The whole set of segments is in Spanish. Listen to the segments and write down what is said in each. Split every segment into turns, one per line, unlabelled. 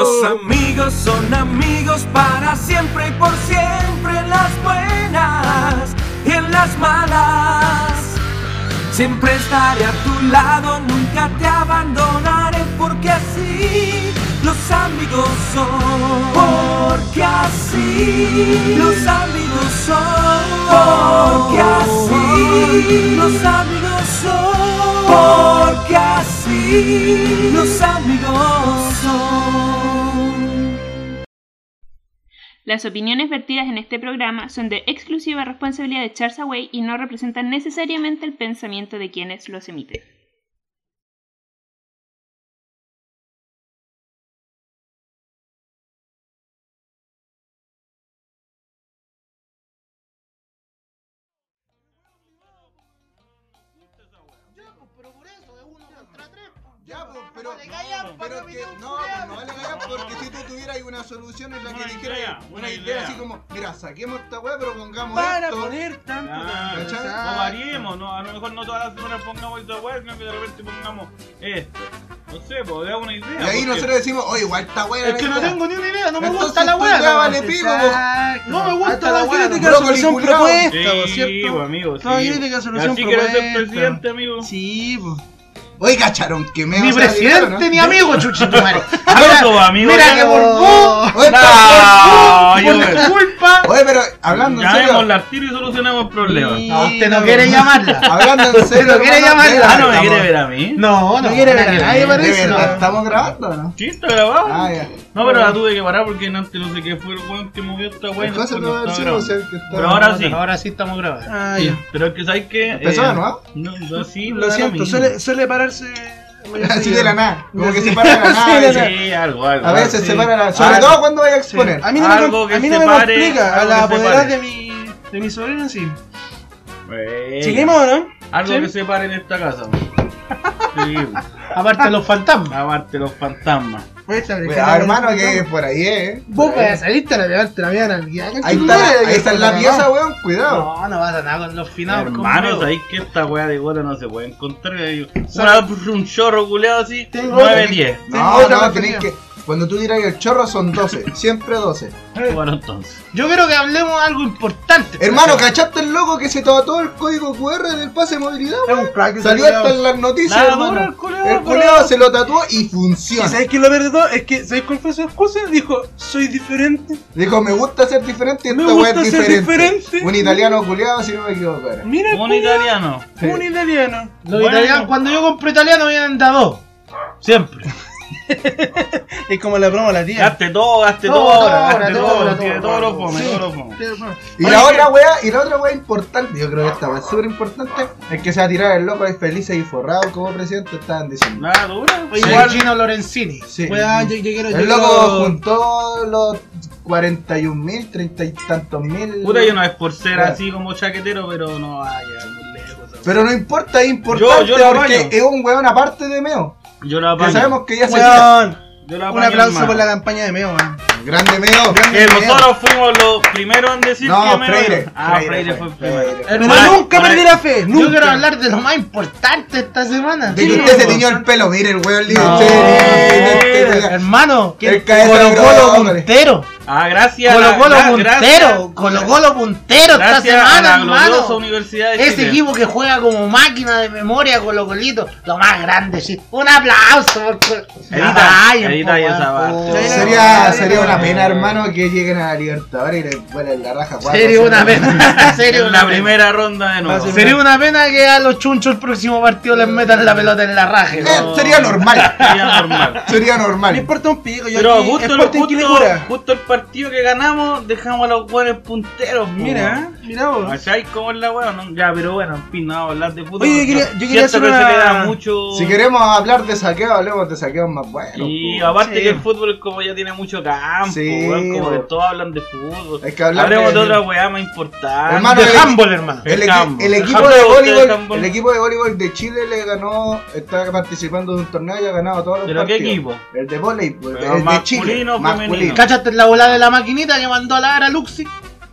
Los amigos son amigos para siempre y por siempre en las buenas y en las malas. Siempre estaré a tu lado, nunca te abandonaré porque así los amigos son. Porque así los amigos son. Porque así los amigos son. Porque así los amigos son.
Las opiniones vertidas en este programa son de exclusiva responsabilidad de Charles Away y no representan necesariamente el pensamiento de quienes los emiten.
Ya, pues, pero por eso, es uno contra tres. pues.
Ya, pues,
No
pero-
le callan,
Pero
para
es que,
meter un
no,
culiao.
pues no vale callar porque si tú tuvieras una solución en la que
Una
dijeras
idea,
una,
una
idea,
idea.
así como, mira, saquemos esta weá, pero pongamos
Para
esto.
poner tanto.
Claro,
¿Cachai?
no variemos, no, a lo mejor no todas las semanas pongamos esto web, sino que de repente pongamos esto. No sé, pues da una idea.
Y ahí
porque-
nosotros decimos, oye, igual está buena.
Es
la
que no
idea".
tengo ni una idea, no me
Entonces
gusta la
tú
weá.
ya
no.
vale pico, vos.
No me gusta
Hasta
la
la
weá,
crítica
no.
solución
Brócoli culiao.
propuesta,
Sí,
po, ¿cierto?
pues, amigo, sí.
Toda crítica solución
Así quiero ser
propuesta.
presidente, amigo.
Sí, pues.
Oye, cacharon, que me
Ni
o sea,
presidente
¿no?
ni amigo, chuchito madre.
Todo, amigo.
mira que volvó.
Oye, pero-
No, yo-
Por tu culpa.
Oye, pero hablando en serio.
Llamémosla al tiro y solucionamos problemas.
No, usted no quiere llamarla.
Hablando en serio.
Pero quiere
hermano,
llamarla.
de
Ah,
verdad
no me
estamos-
quiere ver a mí.
No, no,
No quiere ver a nadie,
nadie
De
parece.
verdad,
no.
estamos grabando, ¿no?
Sí, está grabado.
Ah, ya.
No, pero la tuve que parar porque antes no sé qué fue el weón que movió esta weón.
Entonces no va a decir, o sea, que está-
Pero ahora sí.
Ahora sí estamos grabando.
Ah,
Sí,
ya.
Pero es que sabes que.
Empezó de nuevo.
No, no, sí,
Lo
da
siento,
mismo.
suele, suele pararse. medio
Así
seguido.
Ah, de la nada. Como que
Sí.
se para de la
Sí, de la
nada.
nada.
Sí, algo, algo.
A veces
Ah, sí.
se para la. Sobre
Ah,
todo cuando vaya a
Sí.
exponer. Ah,
A mí no me,
Algo
com-
que
a mí
se
no me
pare,
complica. A
algo
la
que se
apoderada
pare.
de mi, de mi sobrina, sí.
Bueno.
¿Seguimos o no?
Algo
Sí.
que se pare en esta casa. Sí,
Aparte los fantasmas.
aparte los fantasmas.
Ahí está,
Cuidado, hermano, que por ahí, eh.
Vos vas a salirte a la levante la mierda.
Ahí está, la- ahí está la pieza, weón. Cuidado.
No, no vas a nada pues, con los finados.
Hermanos,
conmigo.
ahí que esta weá de gota no se puede encontrar. eh. Ahí, Una, un chorro culeado así,
Tengo otra.
9-10.
No,
Tengo otra
no, tenés
preferida.
que. Cuando tú tiras el chorro son 12. Siempre 12.
Bueno, entonces.
Eh, Yo quiero que hablemos algo importante.
Hermano, ¿cachaste el loco que se todo el código QR del pase de movilidad,
Es un crack. ese
Salió
culiao.
hasta en las noticias,
Nada
hermano.
duro el
El
culiao, pero-
culeado se lo tatuó y
¿Y
funciona.
sabes qué es lo peor de todo? Es que, ¿sabes cuál fue su excusa? Dijo, soy diferente.
Dijo, me gusta ser diferente y
Me
esta weá es
gusta ser
diferente.
diferente.
Un italiano culeado, si no me equivoco. era.
Mira,
Un
culiao,
italiano.
un italiano.
Los
Bueno.
italianos, cuando yo compro italiano, me han dado. Siempre.
Es como la broma de la tía.
Gaste todo, gaste
Todo,
todo,
todo,
gaste
todo,
todo,
todo,
tiene
todo.
todo lo fome,
Sí.
todo lo fome.
Y la otra weá, y la otra weá importante, yo creo que esta weá es súper importante, es que se va a tirar el loco ahí feliz y forrado como presidente, estaban diciendo.
Nada dura.
Oye,
Sí.
el Gino Lorenzini.
Sí.
Weá, yo, yo quiero. yo
El loco
quiero-
juntó los 41 mil, treinta y tantos mil.
Puta, yo no es por ser
Ya.
así como chaquetero, pero no vaya muy lejos.
Pero no importa, es importante
Yo- yo lo
porque
apaño.
es un weón aparte de Meo.
Yo la
Que
apaño.
sabemos que ya se tira.
Weón,
Yo la
un
apaño,
aplauso
hermano.
por la campaña de Meo, weón.
Grande Meo.
Que nosotros fuimos los primeros en decir
No,
que me
Freire.
Ah, Freire, fue el
Freire.
primero.
Pero
Hermano,
nunca perdí la fe, nunca.
Yo quiero hablar de lo más importante esta semana.
De que usted se tiñó el pelo, mire el weón libre.
No. Hermano,
El cabeza
Colo
de
Colo
Colo,
puntero.
Ah, gracias. a
Colo
la-
Colo
gra-
puntero. Colo Colo puntero esta
Gracias, gracias
semana,
a la gloriosa
hermano.
Universidad de
Ese
Chile.
equipo que juega como máquina de memoria Colo Colito, lo más grande, sí. Un aplauso por Colo-
Edita,
Apayen,
edita
po,
ahí
weón,
esa
po.
parte.
Sería, sería una pena, hermano, que lleguen a la Libertadores y les vuelen la raja. cuatro,
Sería
cinco.
una pena. Sería
En
una
la
pena.
primera ronda de nuevo.
Va a ser-
Sería una pena que a los chunchos el próximo partido les metan la pelota en la raja.
Eh,
¿no?
sería normal.
Sería normal.
Sería normal.
No importa un pico, yo
Pero
aquí,
justo,
Sporting
justo-
Quilicura.
justo el partido que ganamos, dejamos a los buenos punteros. po,
Mira, ¿eh? mira vos.
¿Cachai? ¿Cómo es la weá? No, ya, pero bueno, en fin, no vamos a hablar de fútbol.
Oye, yo
porque
quería- yo quería
siento
hacer
que
una-
se le da mucho.
Si queremos hablar de saqueo, hablemos de saqueos más buenos.
Y
po.
aparte
Sí.
que el fútbol como ya tiene mucho campo,
Sí,
weón, como que
weón.
todos hablan de fútbol.
Hay que hablar
Hablemos
de-
de, otra weá más importante.
Hermano, eh.
De
el-
handball, hermano.
El,
El
equi-
campo.
el
El
equipo
campo
de
de
voleibol,
campo.
el equipo de voleibol de Chile le ganó, está participando de un torneo y ha ganado todos los
¿Pero qué
partidos.
equipo?
El de voleibol,
Pero
el de
masculino
Chile,
o femenino.
¿Cachaste la bola de la maquinita que mandó a lavar a Luxi?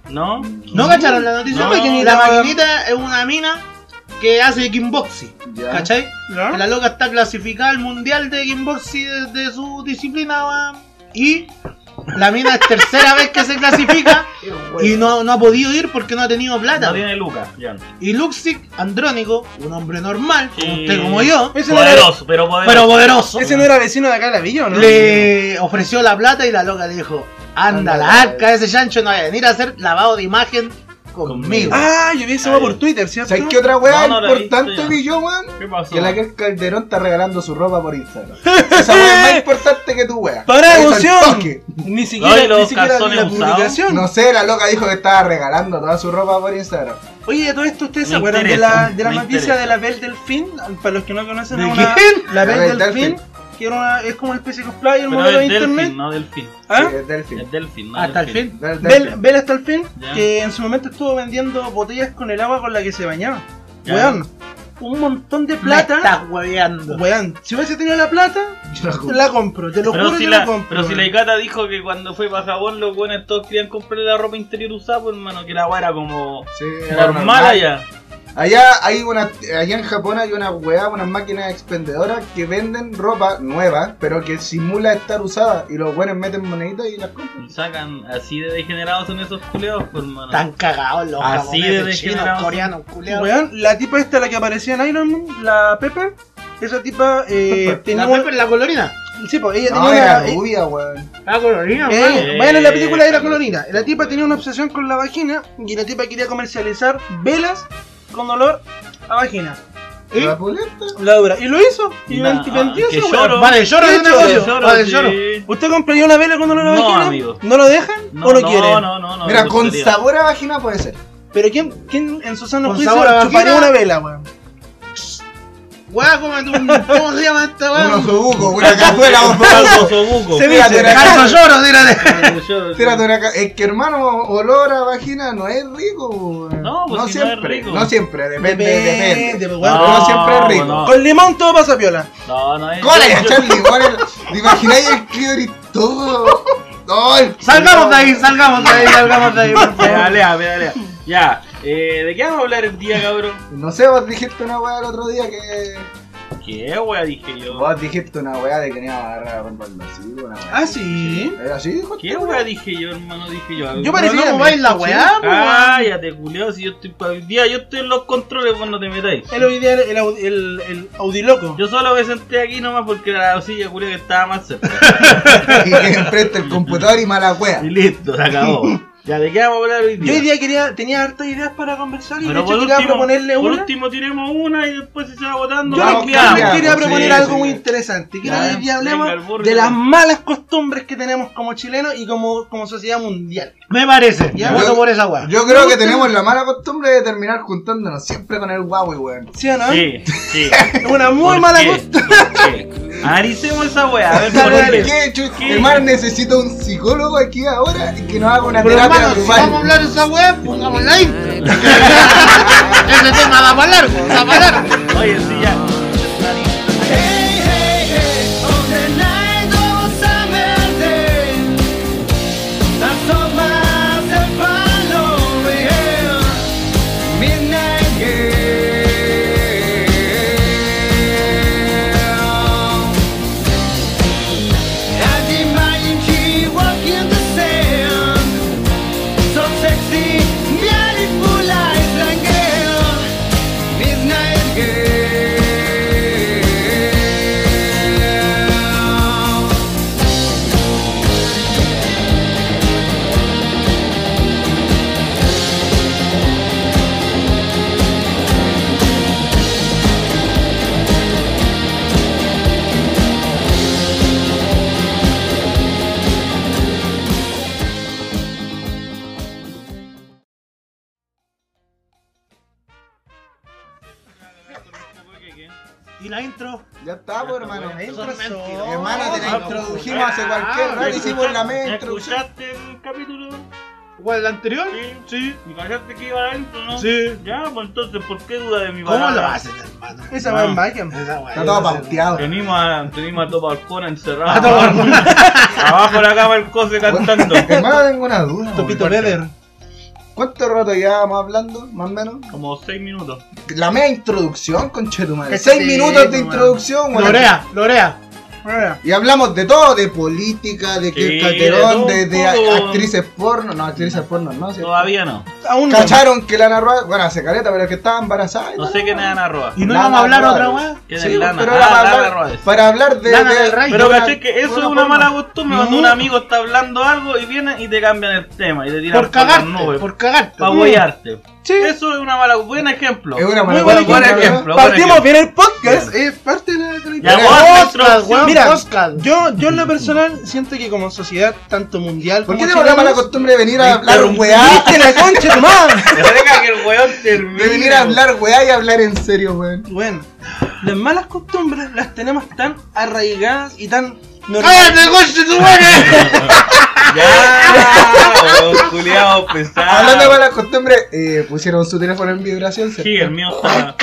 ¿No?
¿No cacharon la noticia?
No,
Porque
no,
la
no.
maquinita es una mina que hace kickboxing.
Ya.
¿Cachai?
Ya.
La loca está clasificada al mundial de kickboxing de, de su disciplina ah, Y la mina es tercera vez que se clasifica y no, no ha podido ir porque no ha tenido plata.
No tiene Lucas, ya.
Y Luxic, andrónico, un hombre normal, como
Sí.
usted como yo,
Ese no, era,
Poderoso, pero poderoso.
pero poderoso,
ese no era vecino de acá de la villa, ¿o ¿no?
le ofreció la plata y la loca le dijo, anda
Anda,
la arca, ese chancho no va a venir a hacer lavado de imagen conmigo.
Ah, yo vi eso va por Twitter,
Ah,
¿cierto?
¿Sabes qué otra weá
No, no lo he
importante
visto ya.
vi yo, weón?
¿Qué pasó?
Que la que el Calderón está regalando su ropa por Instagram. Esa weá es más importante que tu weá.
¡Para
Ahí está el
emoción!
toque.
Ni siquiera,
Ay, los
ni siquiera
calzones
la
usados.
publicación.
No sé, la loca dijo que estaba regalando toda su ropa por Instagram.
Oye, de todo esto, ¿ustedes se
Me
acuerdan de
interesa,
la, de la
me
noticia
interesa.
de la Belle Delfín? Para los que no conocen,
¿De
es una,
quién?
la Belle
La Belle
Delfín,
Delfín.
que era una, es como el PC Cosplay, el
Pero
modelo de
es Delfin,
internet.
no Delfín.
¿Ah?
Sí, es Delfin.
Es Delfin, no
Hasta el
Delfín.
fin.
Del-
Belle,
Delfin.
Belle hasta el fin,
Ya.
que en su momento estuvo vendiendo botellas con el agua con la que se bañaba.
Ya.
Weón, un montón de
Me
plata.
estás hueveando.
Weón, si hubiese tenido la plata,
Yo la
te
compro.
la compro, te lo
Pero,
juro
si
que
la,
la compro.
pero si la
weón.
Icata dijo que cuando fue para Japón los buenos todos querían comprar la ropa interior usada, pues hermano, que la agua era como
Sí, era
normal allá.
Allá hay una, allá en Japón hay una weá, unas máquinas expendedoras que venden ropa nueva, pero que simula estar usada y los buenos meten moneditas y las compran.
Y Sacan así de degenerados son esos culeos, pues hermano.
Están cagados los
Así
japoneses,
de
chinos,
degenerados.
coreanos, culiados.
Weón, la tipa esta, la que aparecía en Iron Man, la Pepe, esa tipa eh, tenía
La
un-
Pepper, la colorina.
Sí, pues ella
No,
tenía
era
una-
rubia, weón.
La Ah, colorina,
Eh,
hermano.
Eh,
bueno, la película era
eh,
colorina. La tipa tenía una obsesión con la vagina y la tipa quería comercializar velas con olor a vagina.
¿Y?
La pulenta.
La dura. Y lo hizo. Y
Nah,
vend- vendió
que
esa
lloro.
weá.
Vale, lloro de
Hecho,
negocio.
lloro,
Vale,
sí.
lloro.
¿Usted compraría una vela con olor a
No,
vagina?
amigo.
¿No lo dejan o no, quieren?
No, no, no, no,
Mira,
Ah, no
con
sería.
sabor a vagina puede ser.
Pero ¿quién, quién en su sano
Con
juicio
sabor a
chuparía
vagina.
una vela, weón?
Weá, como tú- ¿cómo se llama esta
Un
weá?
osobuco, una cazuela, un
Caldo
osobuco.
sobuco.
Se
Tírate una
Calzo
ca-
lloro, tírate.
Yo-
tírate una ca- Es que hermano, olor a vagina no es rico, weón.
No, pues si no es
siempre.
rico.
No siempre, depende,
Depende,
depende. Pero
pues, weón.
no
No,
siempre es
pues,
rico.
no.
Con limón todo pasa piola.
No, no es.
¿Cómo le
yo-
voy a echar limón? al- ¿Te imagináis el clítoris todo? No, el-
Salgamos de ahí, salgamos de ahí, salgamos de ahí. por favor.
Pedalea, pedalea. Ya, eh, ¿de qué vamos a hablar el día, cabrón?
No sé, vos dijiste una weá el otro día que.
¿Qué wea dije yo?
Vos dijiste una weá de que no iba a agarrar a romper el vacío, una weá.
Ah, sí.
¿Era así, dijo?
¿Qué wea dije yo, hermano? Dije yo.
Yo
Pero
parecía-
no mováis la weá, po, weón.
Cállate, culiao, si yo estoy pa' hoy día, yo estoy en los controles, vos no te metáis.
El, audi- el, el, audi- el, el audiloco.
Yo solo me senté aquí nomás porque era la silla culiao que estaba más cerca.
Y que enfrente el computador y mala weá.
y listo, se acabó. Ya, ¿de qué vamos a hablar hoy
Yo
día?
hoy día quería, tenía hartas ideas para conversar y de
Pero
hecho
por
quería
último,
proponerle
por
una.
último tiremos una y después si se va votando.
Yo
Vamos,
les,
cambiamos.
les quería
Sí,
proponer
sí,
algo
sí.
muy interesante. Quiero
Ya,
que hoy día
venga,
hablemos
el burro.
de las malas costumbres que tenemos como chilenos y como, como sociedad mundial.
Me parece, ya
Yo-
voto por esa weá.
Yo creo que tenemos la mala costumbre de terminar juntándonos siempre con el Huawei, weón.
¿Sí o no?
Sí, sí.
Es Una muy
¿Por
mala
qué?
costumbre.
¿Por qué? Analicemos esa wea, a ver
¿Por
por qué.
qué, chu-
¿Qué?
Hermano, necesito un psicólogo aquí ahora y que nos haga una
Pero
terapia
hermano, si
grupal.
vamos a hablar de esa weá, pongámosla ahí. Ese tema da para largo, da para largo.
Oye, sí, ya.
Y la intro.
Ya está, pues, hermano.
Son
mentirosos.
Hermano, te la
Ah,
introdujimos hace cualquier
ah,
rato, hicimos la media introducción.
¿Escuchaste el capítulo?
¿Cuál, la anterior?
Sí, sí. ¿Y callaste que iba adentro, no?
Sí.
Ya, pues entonces, ¿por qué duda de mi
¿Cómo lo
palabra?
hacen, hermano?
Esa va
Ah.
en Macken.
Esa weá.
Está todo pauteado.
Tenimos a, tenemos a Topa Alcona encerrado.
A Topo Alcona.
Abajo la cama el cose cantando.
Hermano, tengo una duda. weón.
Topito Leder.
¿Cuánto rato llevábamos hablando, más o menos?
Como 6 minutos.
La media introducción, conchetumadre.
Cachete,
Seis minutos de
weón.
introducción, weón.
Lorea, Lorea.
Ahora,
Y hablamos de todo, de política, de que
Sí,
Calderón,
de
de,
todo
de
un
a-
poco.
actrices porno, no, actrices porno, no, sí.
Todavía no.
aún no.
Cacharon que Lana Rueda, bueno, hace caleta, pero que estaba embarazada. y
No
todo.
sé qué es Ana Roa.
¿Y no
Lana
vamos a hablar
Roa.
otra weá?
¿Quién
Sí,
es Lana?
pero
Ah,
era para,
Lana Roa
hablar,
es.
para hablar de.
Lana
de-
del Rey.
de
Pero
una-
caché que eso
una
es una
forma.
mala costumbre cuando
No.
un amigo está hablando algo y vienen y te cambian el tema y te tiran
Por
por las
cagarte,
nubes.
por cagarte.
Para huearte.
Sí.
Eso es una mala. Buen ejemplo.
Es una
Muy
mala
buen
Buen,
costumbre,
buen
ejemplo,
ejemplo. buen
Partimos
ejemplo.
bien el podcast, es parte de la
Ya,
calidad.
vos,
Oscar,
nuestro-
weón,
Mira,
Oscar.
Yo, yo en lo personal siento que como sociedad, tanto mundial
¿Por
como
qué tenemos la mala
chilenos,
costumbre de venir a hablar
interrumpí.
weá?
¡Viste la concha, tu madre!
Deja que el weón termine.
De venir a hablar weá y hablar en serio, weón.
Bueno, las malas costumbres las tenemos tan arraigadas y tan
¡Cállate, coche, tu madre!
Ya, culiado pesado.
Hablando de malas costumbres, eh, pusieron su teléfono en vibración, ¿cierto?
Sí, el mío está.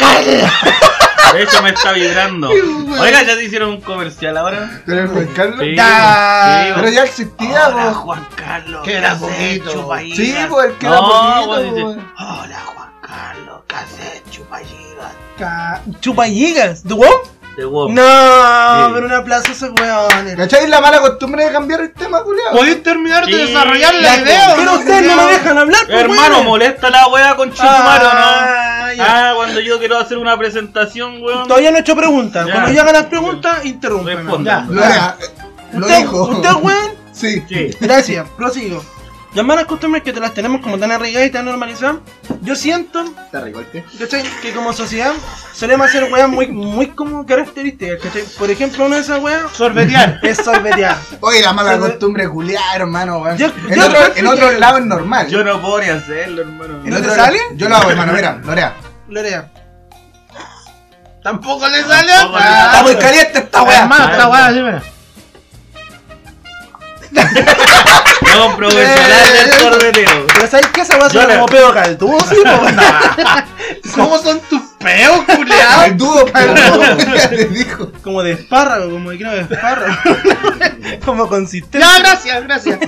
De hecho, me está vibrando. Oiga, ya te hicieron un comercial ahora.
Pero el Juan Carlos.
Sí,
Ya.
sí,
Pero ya existía,
Hola,
po.
Juan Carlos.
Que
¿qué
era
has
poquito.
hecho, Bahía?
Sí, pues el que era
No,
poquito, pues.
vos dices-
weón.
Hola, Juan Carlos. ¿Qué has hecho, Bahía?
ca- chupalligas. ¿De huevo?
De WOP.
No,
Sí.
pero un aplauso a esos weones.
¿Cachai la mala costumbre de cambiar el tema, culiado?
¿Podéis terminar
Sí.
de desarrollar la
Ya,
idea?
Pero ustedes no me dejan hablar, pues,
Hermano,
weones.
molesta la wea con Chumaro,
Ah,
¿no?
ya.
Ah, cuando yo quiero hacer una presentación, weón.
Todavía no he hecho preguntas.
Ya.
Cuando llegan las preguntas, interrumpen.
Responde.
Ya.
Lo, era- lo
Usted-
dijo.
Usted, weón,
Sí.
Sí.
Gracias, prosigo. Las malas costumbres que te las tenemos como tan arraigadas y tan normalizadas, yo siento
Está rico, ¿qué?
¿cachai? Que como sociedad solemos hacer weas muy, muy como características, ¿cachai? Por ejemplo, una de esas weas
Sorbetear.
es sorbetear.
Oye, la mala
Sí, weón.
costumbre culiar, hermano, weón.
Yo-
En,
yo-
otro, en otros lados es normal.
Yo no puedo ni hacerlo, hermano.
En
¿No
otro
te
lado-
sale?
Yo lo hago, hermano, mira, Lorea.
Lorea.
Ah, ¿Tampoco le sale?
Tampoco le sale.
Está muy caliente esta weá.
Hermano, esta weá, sí, mira.
No, profesional del sorbeteo.
Pero ¿sabes qué? Esa wea
Yo
suena
le-
como pedo calduoso,
¿Cómo son tus peos,
ah,
culiao?
El dúo, cabrón. Ya te dijo.
como de espárrago, como de crema de espárrago. como consistente.
Ya, gracias, gracias.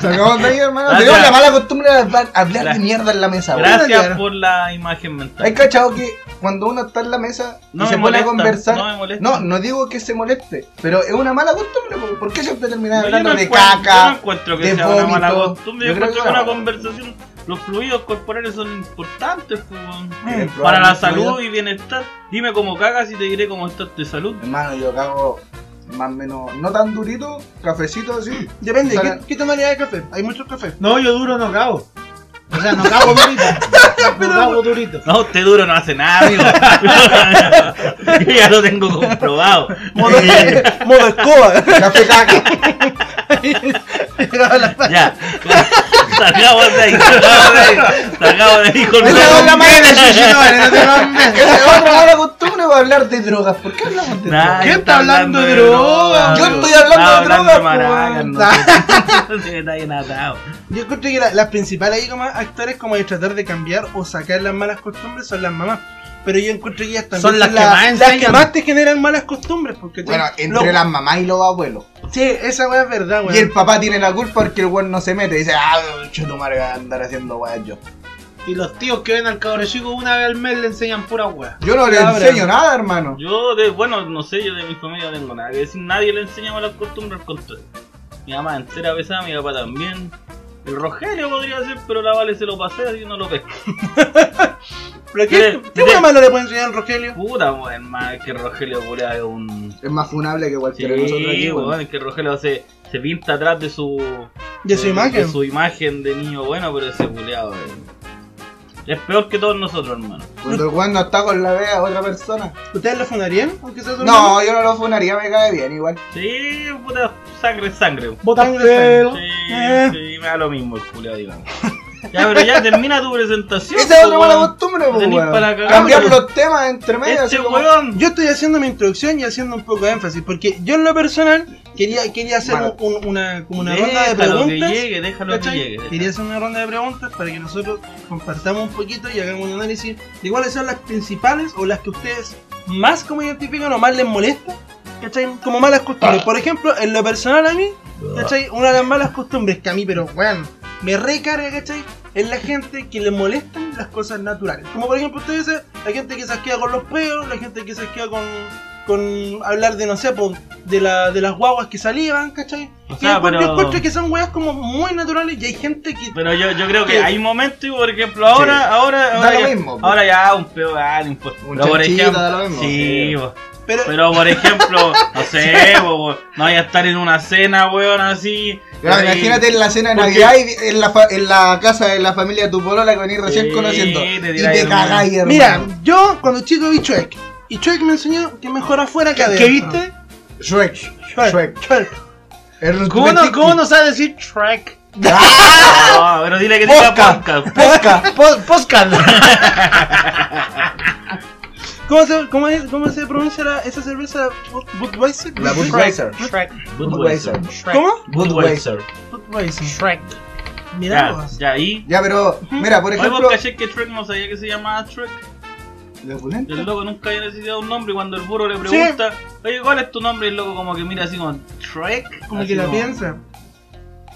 Se acabó de ahí, hermano.
Gracias.
Tenemos la mala costumbre de hablar, hablar de
Gracias.
mierda en la mesa, weón.
Gracias por la imagen mental.
¿Hay cachado que cuando uno está en la mesa y
No
se
me
pone a
molesta,
conversar?
no me molesta.
no, no digo que se moleste, pero es una mala costumbre. po. ¿Por qué siempre terminas
No, yo
hablando
no
de
encuentro- yo no
caca?
encuentro que
de
sea
vómito.
una mala costumbre. Yo,
Yo creo que
encuentro que una
no.
conversación, los fluidos corporales son importantes pues, weón.
Bien,
para la
Mm, probablemente
salud
fluido.
y bienestar. Dime cómo cagas y te diré cómo estás de salud.
Hermano, yo cago más o menos, no tan durito, cafecito así.
Depende,
Sale-
¿qué, ¿qué tonalidad de café? Hay muchos cafés.
No, yo duro no cago. O sea, no cago durito. No cago durito.
No, usted duro no hace nada, amigo. Yo ya lo tengo comprobado.
Modo, modo escoba.
Café caca.
Ya. Salgamos de ahí, salgamos de ahí. Salgamos de ahí con
Esa es la mala
eh, ¿Qué
Esa es otra mala costumbre para hablar de drogas. ¿Por qué hablamos de
Nah,
drogas?
yo
está hablando de droga?
Yo estoy
Estaba
hablando de
hablando de
drogas.
maracas,
po,
no
weón.
sé. Sí, está bien atado.
Yo encuentro que la- las principales ahí como actores como de tratar de cambiar o sacar las malas costumbres son las mamás. Pero yo encuentro que ellas también
Son las que
la-
más
las
enseñan.
que más te generan malas costumbres. Porque te-
Bueno, entre
lo-
las mamás y los abuelos.
Sí, esa weá es verdad, weón.
Y el papá tiene la culpa porque el weón no se mete. Dice, ah, yo tu madre voy a andar haciendo weá yo.
Y los tíos que ven al cabro chico una vez al mes le enseñan pura wea.
Yo no le
Cabra.
enseño nada, hermano.
Yo, de, bueno, no sé, yo de mi familia no tengo nada que decir. Nadie le enseña malas costumbres al contrario. Mi mamá entera pesada, mi papá también. El Rogelio podría ser, pero la Vale se lo pasea y no lo pesca.
¿Pero qué,
Sí, sí.
qué weá malo le puede enseñar al Rogelio?
Puta, weón, más que Rogelio culiao, es un...
Es más funable que
Sí,
cualquiera de nosotros aquí,
weón,
weón.
es que Rogelio se, se pinta atrás de su...
De
Eh,
Eh,
su
De
imagen.
su imagen de niño bueno, pero ese culiao, weón. Es peor que todos nosotros, hermano.
Cuando el weón no está con la vea otra persona.
¿Ustedes lo funarían? Aunque sea su
No, yo no lo funaría, me cae bien igual.
Sí, puta, sangre es sangre.
Botan
Sí,
Eh.
sí, me da lo mismo el culiao, digamos. Ya, pero ya termina tu presentación.
Esa es
po,
otra mala
weón.
costumbre, po,
Venís
weón.
para cagar,
Cambiar
weón.
los temas entre medio.
Este
así como-
weón.
Yo estoy haciendo mi introducción y haciendo un poco de énfasis, porque yo en lo personal quería, quería hacer
Vale.
un- un- una, como una ronda de
Déjalo que
preguntas.
llegue, déjalo que
¿Cachai?
llegue.
Quería hacer una ronda de preguntas para que nosotros compartamos un poquito y hagamos un análisis de cuáles son las principales o las que ustedes más como identifican o más les molesta, ¿cachai? Como malas costumbres. Por ejemplo, en lo personal a mí, ¿cachai? Una de las malas costumbres que a mí, pero bueno, me recarga, ¿cachai? Es la gente que le molestan las cosas naturales. Como por ejemplo ustedes, la gente que se queda con los pelos, la gente que se queda con, con hablar de, no sé, pues, de, la, de las guaguas que salían, ¿cachai?
O
Y
sea,
yo encuentro-
pero-
encuentro que son weas como muy naturales y hay gente que...
Pero yo, yo creo que
Sí.
hay momentos, por ejemplo, ahora,
Sí.
ahora,
Da
ahora,
lo
ya,
mismo, po.
ahora ya un peor, ah, no importa.
Un
Pero por
chanchito,
ejemplo-
da lo mismo.
sí,
Sí.
po.
Pero,
pero por ejemplo, no sé, po, po, no vaya a estar en una cena, weón, así.
Claro,
ahí.
imagínate en la cena de
¿Por
Navidad y en la, fa- en la casa de la familia de tu polola que venís recién
Sí,
conociendo.
te
y
tiráis,
te
hermano.
cagáis, hermano.
mira, yo cuando chico vi Shrek, y Shrek me enseñó que mejor afuera que adentro.
¿Qué viste?
Shrek.
Shrek,
Shrek.
Shrek.
El
¿Cómo no, ¿Cómo no sabe decir Shrek?
No, Ah, pero dile que diga
Posca. Posca.
podcast.
Po- Postcard.
¿Cómo se, cómo es, cómo se pronuncia la- esa cerveza Bud- Budweiser?
La Budweiser.
Shrek.
Budweiser.
Shrek.
¿Cómo?
Budweiser.
Budweiser.
Shrek.
Mirá,
Ya,
vos.
ya ahí.
Ya, pero, mira, por
Oye, vos
ejemplo.
caché que Trek no sabía que se llamaba Trek.
¿La opulenta?
El loco nunca había necesitado un nombre. y Cuando el burro le pregunta, oye, ¿cuál es tu nombre? El loco como que mira así como Trek.
como
así
que la piensa.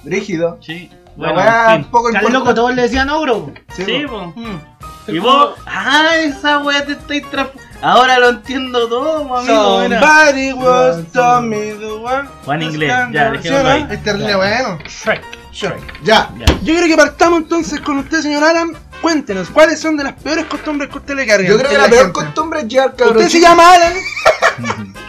Rígido.
Sí,
La
bueno,
weá
en
un
fin.
poco
Al
importante.
loco todos le decían "Oh, ogro.
Sí,
Sí,
po.
po.
Mm.
Y vos, ah, esa weá te estáis tra... Ahora lo entiendo todo, po, amigo. mira.
Somebody was Tommy the one.
Juan inglés, ya,
Standard.
dejémoslo
¿Sí o no?
ahí.
Es
Este
terrible, bueno.
Shrek.
Ya.
Yo creo que partamos entonces con usted, señor Alan. Cuéntenos, ¿cuáles son de las peores costumbres que usted le carga?
Yo creo que
en
la peor
gente?
costumbre es llevar cabro
Usted se
chico.
llama Alan.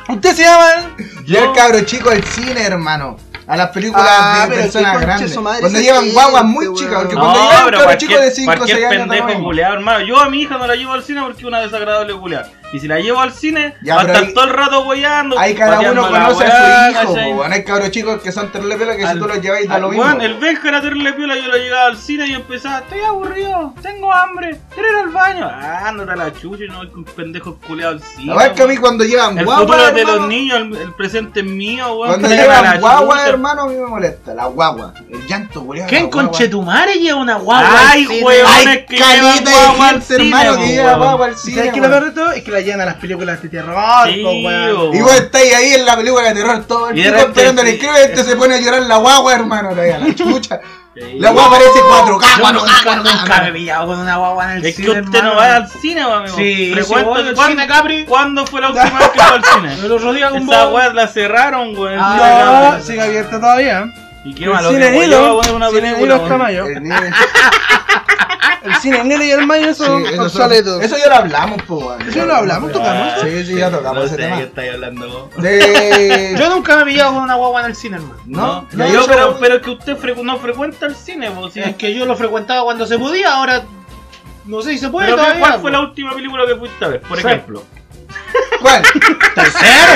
Usted se llama Alan.
Llevar
Yo-
cabro chico al cine, hermano. A las películas
Ah,
de
pero qué
personas
conche
grandes.
su madre
Cuando
ese
llevan
gente,
guaguas muy
weón.
chicas. Porque
No,
cuando llevan
pero
cabros chicos de 5 o
cualquier
6 años. da lo
pendejo
mismo.
culeado, hermano. Yo a mi hija no la llevo al cine porque es una desagradable culeada. Y si la llevo al cine,
Ya,
va a
pero
estar
ahí-
todo el rato weyando.
Ahí cada uno
pateando la
conoce
weá,
a su hijo,
¿cachai?
po, weón. Hay cabros chicos que son terrible piola que si
Al-
tú los lleváis da
al-
lo mismo.
weón, el Benja era terrible piola, yo lo llegaba al cine y empezaba, estoy aburrido, tengo hambre, quiero ir al baño. Ah, ándate a la chucha y no voy con pendejos culeados al cine.
La verdad es que a mí
weón.
cuando llevan
el
guagua,
futuro es de
hermano,
los niños, el, el presente es mío, weón.
Cuando
que te hagan
llevan
la
guagua,
chucha.
hermano, a mí me molesta. La guagua. El llanto, culiado.
¿Quién con Chetumare lleva una guagua?
Ay,
al cine?
weón,
Hay
es que llevan
caleta de
guagua al
gente, hermano,
cine,
que
po,
lleva
weón.
guagua al
¿Y
cine.
sabes qué es lo peor
weón.
de todo? Es que la llevan a las películas de terror,
Sí,
po, weón.
weón.
Y vos estáis ahí en la película de terror todo el
Y de
tiempo
repente-
esperando el este se pone a llorar la guagua, hermano, la, la chucha.
Sí.
La guagua
¡Oh!
parece 4K,
Yo
4K,
nunca, nunca
4K.
me he pillado con una guagua en el
Es
cine.
que usted
hermano.
no va al cine, weón, amigo.
Sí,
Pero
sí,
¿cuándo-
voy al
cuándo-
cine, Capri.
¿Cuándo fue la última vez que fue al
El
cine?
otro día con
Esa
vos.
weá la cerraron, weón.
Ah,
No,
La-
sigue abierta todavía.
Y qué
El
malo
cine
que weón,
Nilo,
yo voy a poner una
el cine
película,
Nilo está
weón.
mayo.
El niño-
El cine negro y el mayo son
Sí, eso,
obsoletos.
eso ya lo hablamos, po, weón.
Eso lo hablamos, tocamos.
Sí, sí, ya tocamos
No
ese
sé qué
tema.
estáis hablando vos.
De...
Yo nunca me he pillado con una guagua en el cine, hermano.
No,
No,
ya
yo,
yo-
pero, pero es que usted frecu- no frecuenta el cine, vos. sí.
Es que yo lo frecuentaba cuando se podía, ahora no sé si se puede
Pero
todavía.
¿cuál fue la
po.
última película que fuiste a ver? Por
Shrek.
ejemplo.
¿Cuál?
tercero?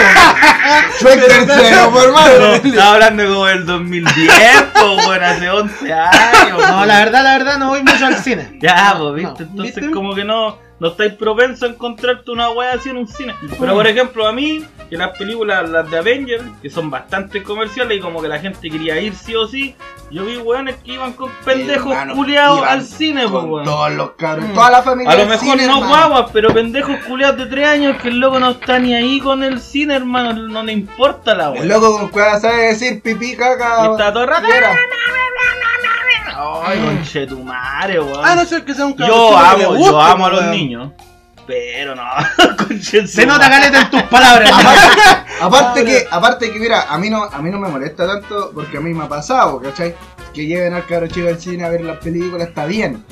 Shrek tercero, por
No,
hermano.
estaba hablando como del 2010, po, bueno, hace 11 años.
no, la verdad, la verdad, no voy mucho al cine.
Ah,
Ya, pues, viste,
No,
entonces
¿viste?
como que no, no estáis propenso a encontrarte una wea así en un cine. Pero por ejemplo, a mí, que las películas, las de Avengers, que son bastante comerciales y como que la gente quería ir sí o sí, yo vi weones que iban con pendejos
Hermano,
culeados
iban
al cine, pues,
Con
weón.
todos los cabros,
Mm.
toda la familia.
A lo
del
mejor
cine,
no
hermano.
guaguas, pero pendejos culeados de 3 años que el loco no está ni ahí con el cine, hermano, no le importa la
El
wea.
loco con cueva sabe decir pipí,
Y
caca.
está todo el rato,
quiera.
Ay, conchetumare, weón.
Ah, no sé que sea un cabrón
yo
chico que le
amo,
guste,
yo amo a los
weón.
niños. Pero no, conchetumare.
Se nota caleta en tus palabras, hermano.
Aparte, aparte que, aparte que, mira, a mí no, a mí no me molesta tanto porque a mí me ha pasado, ¿cachai? Que lleven al cabro chico al cine a ver las películas, está bien.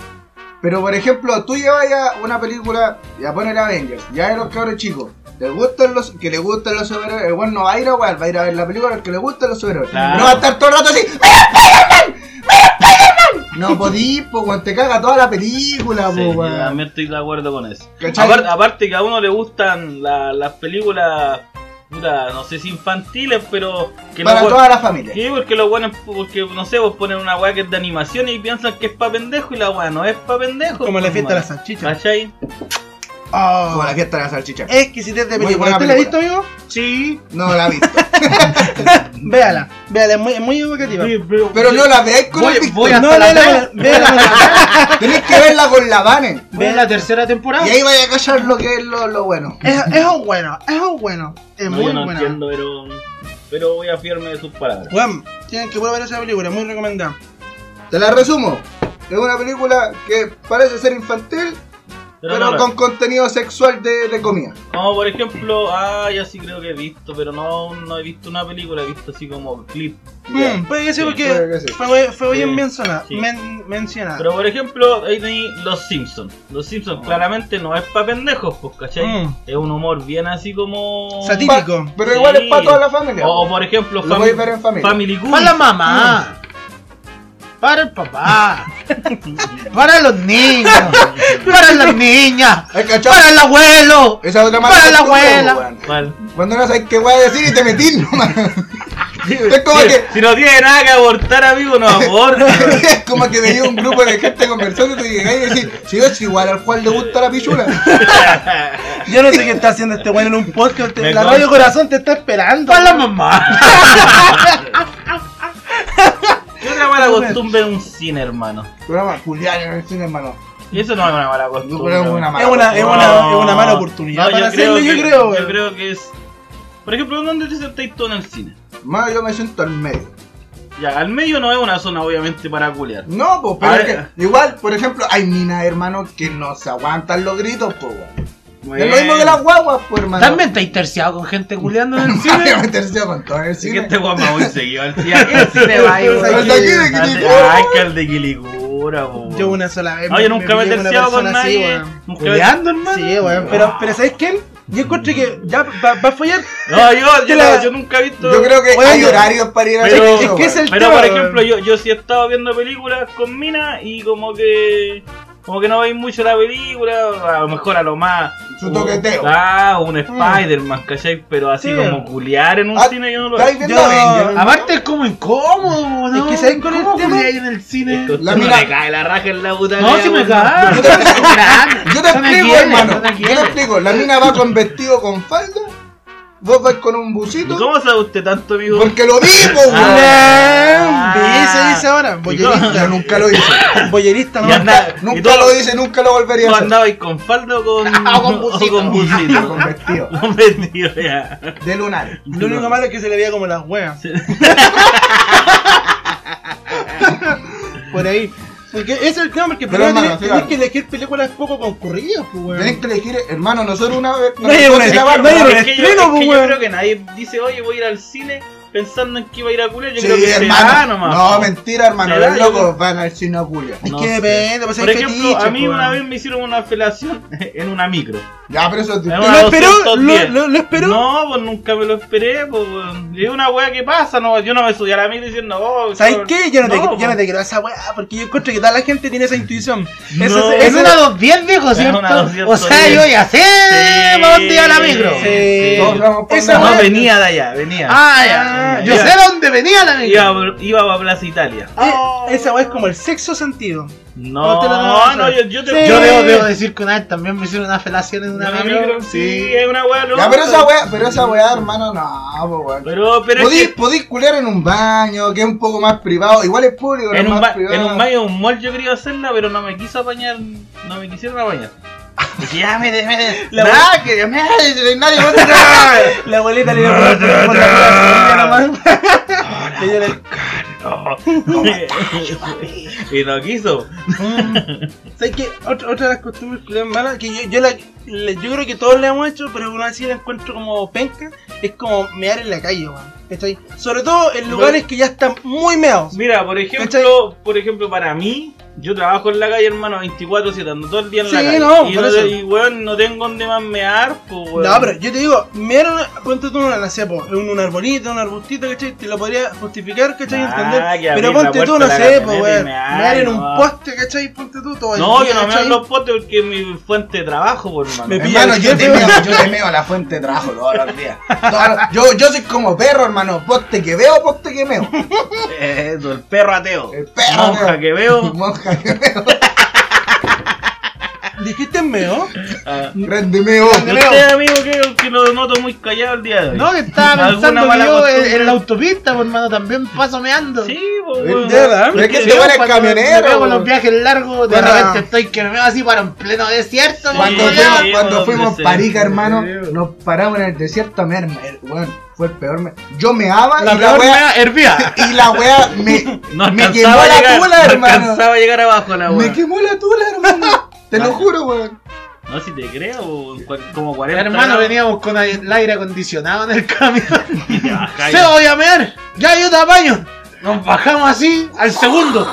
Pero por ejemplo, tú llevas ya una película, ya poner Avengers, ya de los cabros chicos. ¿Te gustan los, que le gustan los superhéroes, el weón no va a ir a weón, va a ir a ver la película porque le gustan los superhéroes.
Claro.
No va a estar todo el rato así, ¡Mira Spider-Man! ¡Mira Spider-Man! No podís, po, weón, te caga toda la película, po,
Sí, yo
weón.
también estoy de acuerdo con eso.
¿Cachai?
Apar- aparte que a uno le gustan la- las películas, puta, no sé si infantiles, pero que
Para
no-
toda la familia.
Sí, porque los buenos, porque no sé, vos ponen una weá que es de animación y piensan que es pa' pendejo y la weá no es pa' pendejo.
Como la
pues,
fiesta de las
hermano.
salchichas.
¿Cachai?
Ah,
Como la fiesta de la salchicha.
Exquisitez de
Muy buena
película. ¿Usted la ha visto,
película.
amigo?
Sí.
No la he visto.
Véala. Véala, es muy, es muy educativa.
Sí, pero-
Pero no la veáis con
Voy-
el
voy
Víctor.
a-
No,
hasta la
véala, véala, véala.
Tenéis que verla con la Vane.
Ve la tercera temporada.
Y ahí vaya a callar lo que es lo, lo bueno.
Es es bueno, es bueno. Es
No,
muy
yo no
buena.
entiendo, pero, pero voy a fiarme de sus palabras.
Weón, tienen que volver a ver esa película, muy recomendada.
Te la resumo. Es una película que parece ser infantil,
Pero
pero,
no,
con contenido sexual de, de comida.
Como por ejemplo, ah, ya sí creo que he visto, pero no, no he visto una película, he visto así como clip.
Hmm.
Mm, puede que sea
Sí,
porque
Puede que sí.
fue, fue
Sí,
bien mencionada.
sí.
men- mencionada.
Pero por ejemplo, ahí tenéis Los Simpsons. Los Simpsons
Ah.
claramente no es para pendejos, pues, ¿cachai?
Mm.
Es un humor bien así como.
Satírico.
Pa-
Típico.
pero igual
Sí.
es para toda la familia.
Oh,
O por ejemplo,
Lo podéis ver en familia.
Family Guy.
Para la mamá. Mm. Para el papá. Para los niños. Para las niñas.
¿Hay cachado?
Para el abuelo.
Esa es otra
Para
mala
la
costumbre,
abuela.
weón.
Vale.
pues, Cuando no sabes qué voy a decir y te metís nomás. es como
Si-
que.
Si no tiene nada que abortar, amigo, no aborta.
Es como que veía un grupo de gente conversando y te llegáis y decís, si yo es igual al cual le gusta la pichula.
Yo no sé qué está haciendo este weón en un podcast. te-
Me
la
consta.
radio corazón te está esperando.
Para la mamá.
¿Qué otra mala costumbre es un cine, hermano?
Programa Julián en el cine, hermano.
Y eso no es una mala costumbre.
Pero es una
Es
mala
una, es, una,
No.
es una mala oportunidad
No,
para hacerlo,
que,
yo creo.
Ah, Yo
weón.
creo que es. Por ejemplo, ¿dónde te sentáis tú en el cine?
Mano, yo me siento al medio.
Ya, al medio no es una zona, obviamente, para culear.
No, pues,
A
pero es
ver.
que, igual, por ejemplo, hay minas, hermano, que no se aguantan los gritos, pues, weón.
Bueno.
Es lo mismo que las guaguas, pues, hermano.
También estáis terciado con gente culeando en el
Voy a
cine.
meterse con todo en el
Sí que
cine.
este guapa muy seguido al cine. ¿A qué cine va ahí,
Pero
weón?
hasta aquí de
Al-
Quilicura.
Ay, que al de Quilicura, weón.
Yo una sola vez.
No, yo nunca me he
pillé una
terciado con
persona así,
nadie.
weón.
Nunca me-
Culeando, hermano.
Sí, weón. Pero, pero ¿sabes quién? Yo encuentro que ya va, va a fallar.
No, yo, yo,
Yo la-
no, yo nunca he visto.
Yo creo que
Oye,
hay
yo-
horarios para ir a
Pero-
hacer
es
eso,
que es
weón.
el
Pero
tema,
por
weón.
ejemplo, yo, yo sí he estado viendo películas con mina y como que. Como que no veis mucho la película, a lo mejor a lo más.
Su
un-
toqueteo. Mm.
Ah, un Spider-Man, ¿cachai? Pero así
Sí.
como culiar en un
Ah,
cine yo no lo
¿Estáis
veo.
viendo
Yo-
Avengers?
Aparte es como incómodo, ¿no?
Es que ¿sabes cuál es el
¿Cómo
tema?
culeáis en el cine?
Esto-
La
no
mina-
me cae la raja en la puta.
No, si me cago.
Yo te- Yo te
Son
explico,
aquieles,
hermano.
son
Yo te
aquieles.
explico. La mina va con vestido con falda. Vos vais con un busito.
¿Cómo sabe usted tanto, amigo?
Porque lo vi, po, weón.
Ah.
Ve, se dice ahora.
Yo
Boyerista.
nunca lo hice.
Boyerista,
Y
no.
anda- y
Nunca
todo-
lo hice, nunca lo volvería
¿Tú
a hacer.
andabais con falda o con,
O Ah, con bucito.
con bucito?
Con vestido.
No vendido ya.
De lunar.
Lo único malo es que se le veía como las weas. Por ahí. Porque ese es el tema, porque
Pero,
primero
hermano, sí,
tenés, tenés
vale.
que elegir películas poco concurridas, pues,
Tenés
weón.
que elegir, hermano, nosotros una vez.
No hay una-
nosotros la
no hay
barba-
una-
Es que yo,
estreno,
es que
pues,
yo
weón.
creo que nadie dice, oye, voy a ir al cine pensando en que iba a ir a culiar. Yo
Sí,
creo que se va
hermano.
nomás.
No, mentira, hermano.
Se
Los
da, yo-
locos van al cine a Julia.
Es
No
que
sé.
depende, pues
Por
hay
ejemplo,
fetiches,
a mí
pues,
una
weón.
vez me hicieron una felación en una micro.
Ya, pero eso es
Es
distinto.
una
¿Lo esperó?
210.
¿Lo, lo, lo esperó?
No, pues nunca me lo esperé. Pues, weón. es una wea que pasa. No, yo no me subí a la micro diciendo, oh,
¿Sabes
cabrón.
qué? Yo no, te, yo no
pues.
te creo esa weá, porque yo encuentro que toda la gente tiene esa intuición. Eso
No.
es, eh,
Es
eso-
una 210, viejo,
Es
¿cierto?
una 210.
O sea, yo ya sé
Sí.
para dónde iba la micro.
Sí.
Todos vamos por
Esa
No,
una-
weá-
venía de allá, venía.
Ah, ya.
Ah,
yo
ya.
sé dónde venía la micro.
Iba, por- iba para Plaza Italia.
eh, Esa weá es como el sexo sentido.
No,
No te lo debo
no,
hacer.
yo, yo te
Sí.
Yo debo, debo decir que una vez también me hicieron una felación en una,
Una
micro.
micro, sí, eh. es una wea loca.
Ya, pero esa weá, pero esa weá, hermano, no, po, weón.
Pero, pero es
Podís,
que
podís culear en un baño, que es un poco más privado. Igual es público,
en
no
un,
es más
ba-
privado.
en un baño, un mall yo quería hacerla, pero no me quiso apañar, no me quisieron apañar. Dije, ya me, de- me, de-
La
nada,
Ah, que me nadie me hace-
La abuelita le dio por- por- por la Le dio el-
no. y no quiso.
Mm. ¿Sabes qué? Otra, otra de las costumbres culiadas malas que yo, yo, la, le- yo creo que todos la hemos hecho, pero una vez sí la encuentro como penca, es como mear en la calle, weón. ¿Cachai? Sobre todo en lugares que ya están muy meados.
Mira, por ejemplo, por ejemplo, para mí, yo trabajo en la calle, hermano, 24-7, ando todo el día en la
Sí,
calle.
no,
y,
por
no
eso.
y, weón, no tengo donde más mear, pues, weón.
No, pero yo te digo, mear, en una- ponte tú en una, no sé, po, en un arbolito, un arbustito, ¿cachai? Te lo podría justificar, ¿cachai?
Ah, que
Entender.
abrir
Pero
la
ponte tú,
puerta
no
de la
sé, po,
camioneta y
weón.
mear,
Mear en
no.
un poste, ¿cachai? Ponte tú todo el
No,
día,
yo no me
¿cachai?
en los potes porque es mi fuente de trabajo, por hermano.
Me pilla
Hermano,
el
yo te,
jefe,
meo, yo te meo a la fuente de trabajo todos los días. Todos los- yo, yo soy como perro, hermano. Poste que veo, poste que meo.
Eso, el perro ateo.
El perro
Monja
ateo.
que veo.
Monja que veo.
¿Dijiste meo?
Ah.
Grande meo.
¿Y usted, amigo, que, que lo noto muy callado el día de hoy?
No, que estaba
¿Alguna
pensando que
mala
yo en,
costumbre?
en la autopista, pues, hermano, también paso meando.
Sí, pues, weón.
De verdad.
Pero es que
Sí,
este weón es
cuando Me
camionero. pues.
pego los viajes largos, de
Bueno.
repente estoy que me veo así para en pleno desierto.
Sí.
pues,
Cuando
Sí,
culiao.
fuimos,
sí,
cuando
donde
fuimos
se-
a Parica, hermano,
sí.
nos paramos en el desierto a mear. me- Weón, fue el peor. me- Yo meaba
La
y la
peor
wea.
mea hervía.
Y la wea me,
No
me
alcanzaba
quemó
a
la
llegar-
tula,
no
hermano.
alcanzaba a llegar abajo la
Me
weón.
quemó la tula, hermano. Te lo juro, weón.
No, si te creo, weón, cua- como 40
Hermano,
grados.
veníamos con el aire acondicionado en el camión.
Y te bajáis.
¡Se voy a mear! ¡Ya yo te apaño! Nos bajamos así al segundo.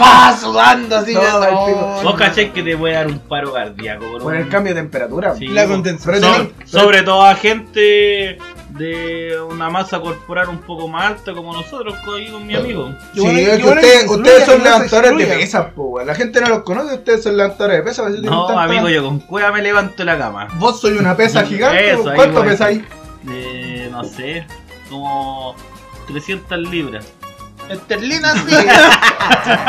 Va sudando así.
No,
ya
al
no.
pico.
Vos cachés que te puede dar un paro cardíaco, weón.
Por el cambio de temperatura.
Sí,
La
weón.
contención.
Pero
sobre,
tiene-
sobre todo a gente de una masa corporal un poco más alta como nosotros, co- ahí con mi amigo.
Sí,
Igual hay-
es que
igual hay
ustedes,
que
ustedes son
incluya, que no se
levantadores de
excluya.
pesas, po, weón. La gente no los conoce, ustedes son levantadores de pesas. por eso tienen
No,
tanta-
amigo, yo con cueva me levanto de la cama.
Vos soy una pesa
Eso,
gigante.
ahí
po. ¿Cuánto
voy.
pesáis?
Eh, no sé, como 300 libras.
Esterlina, sí.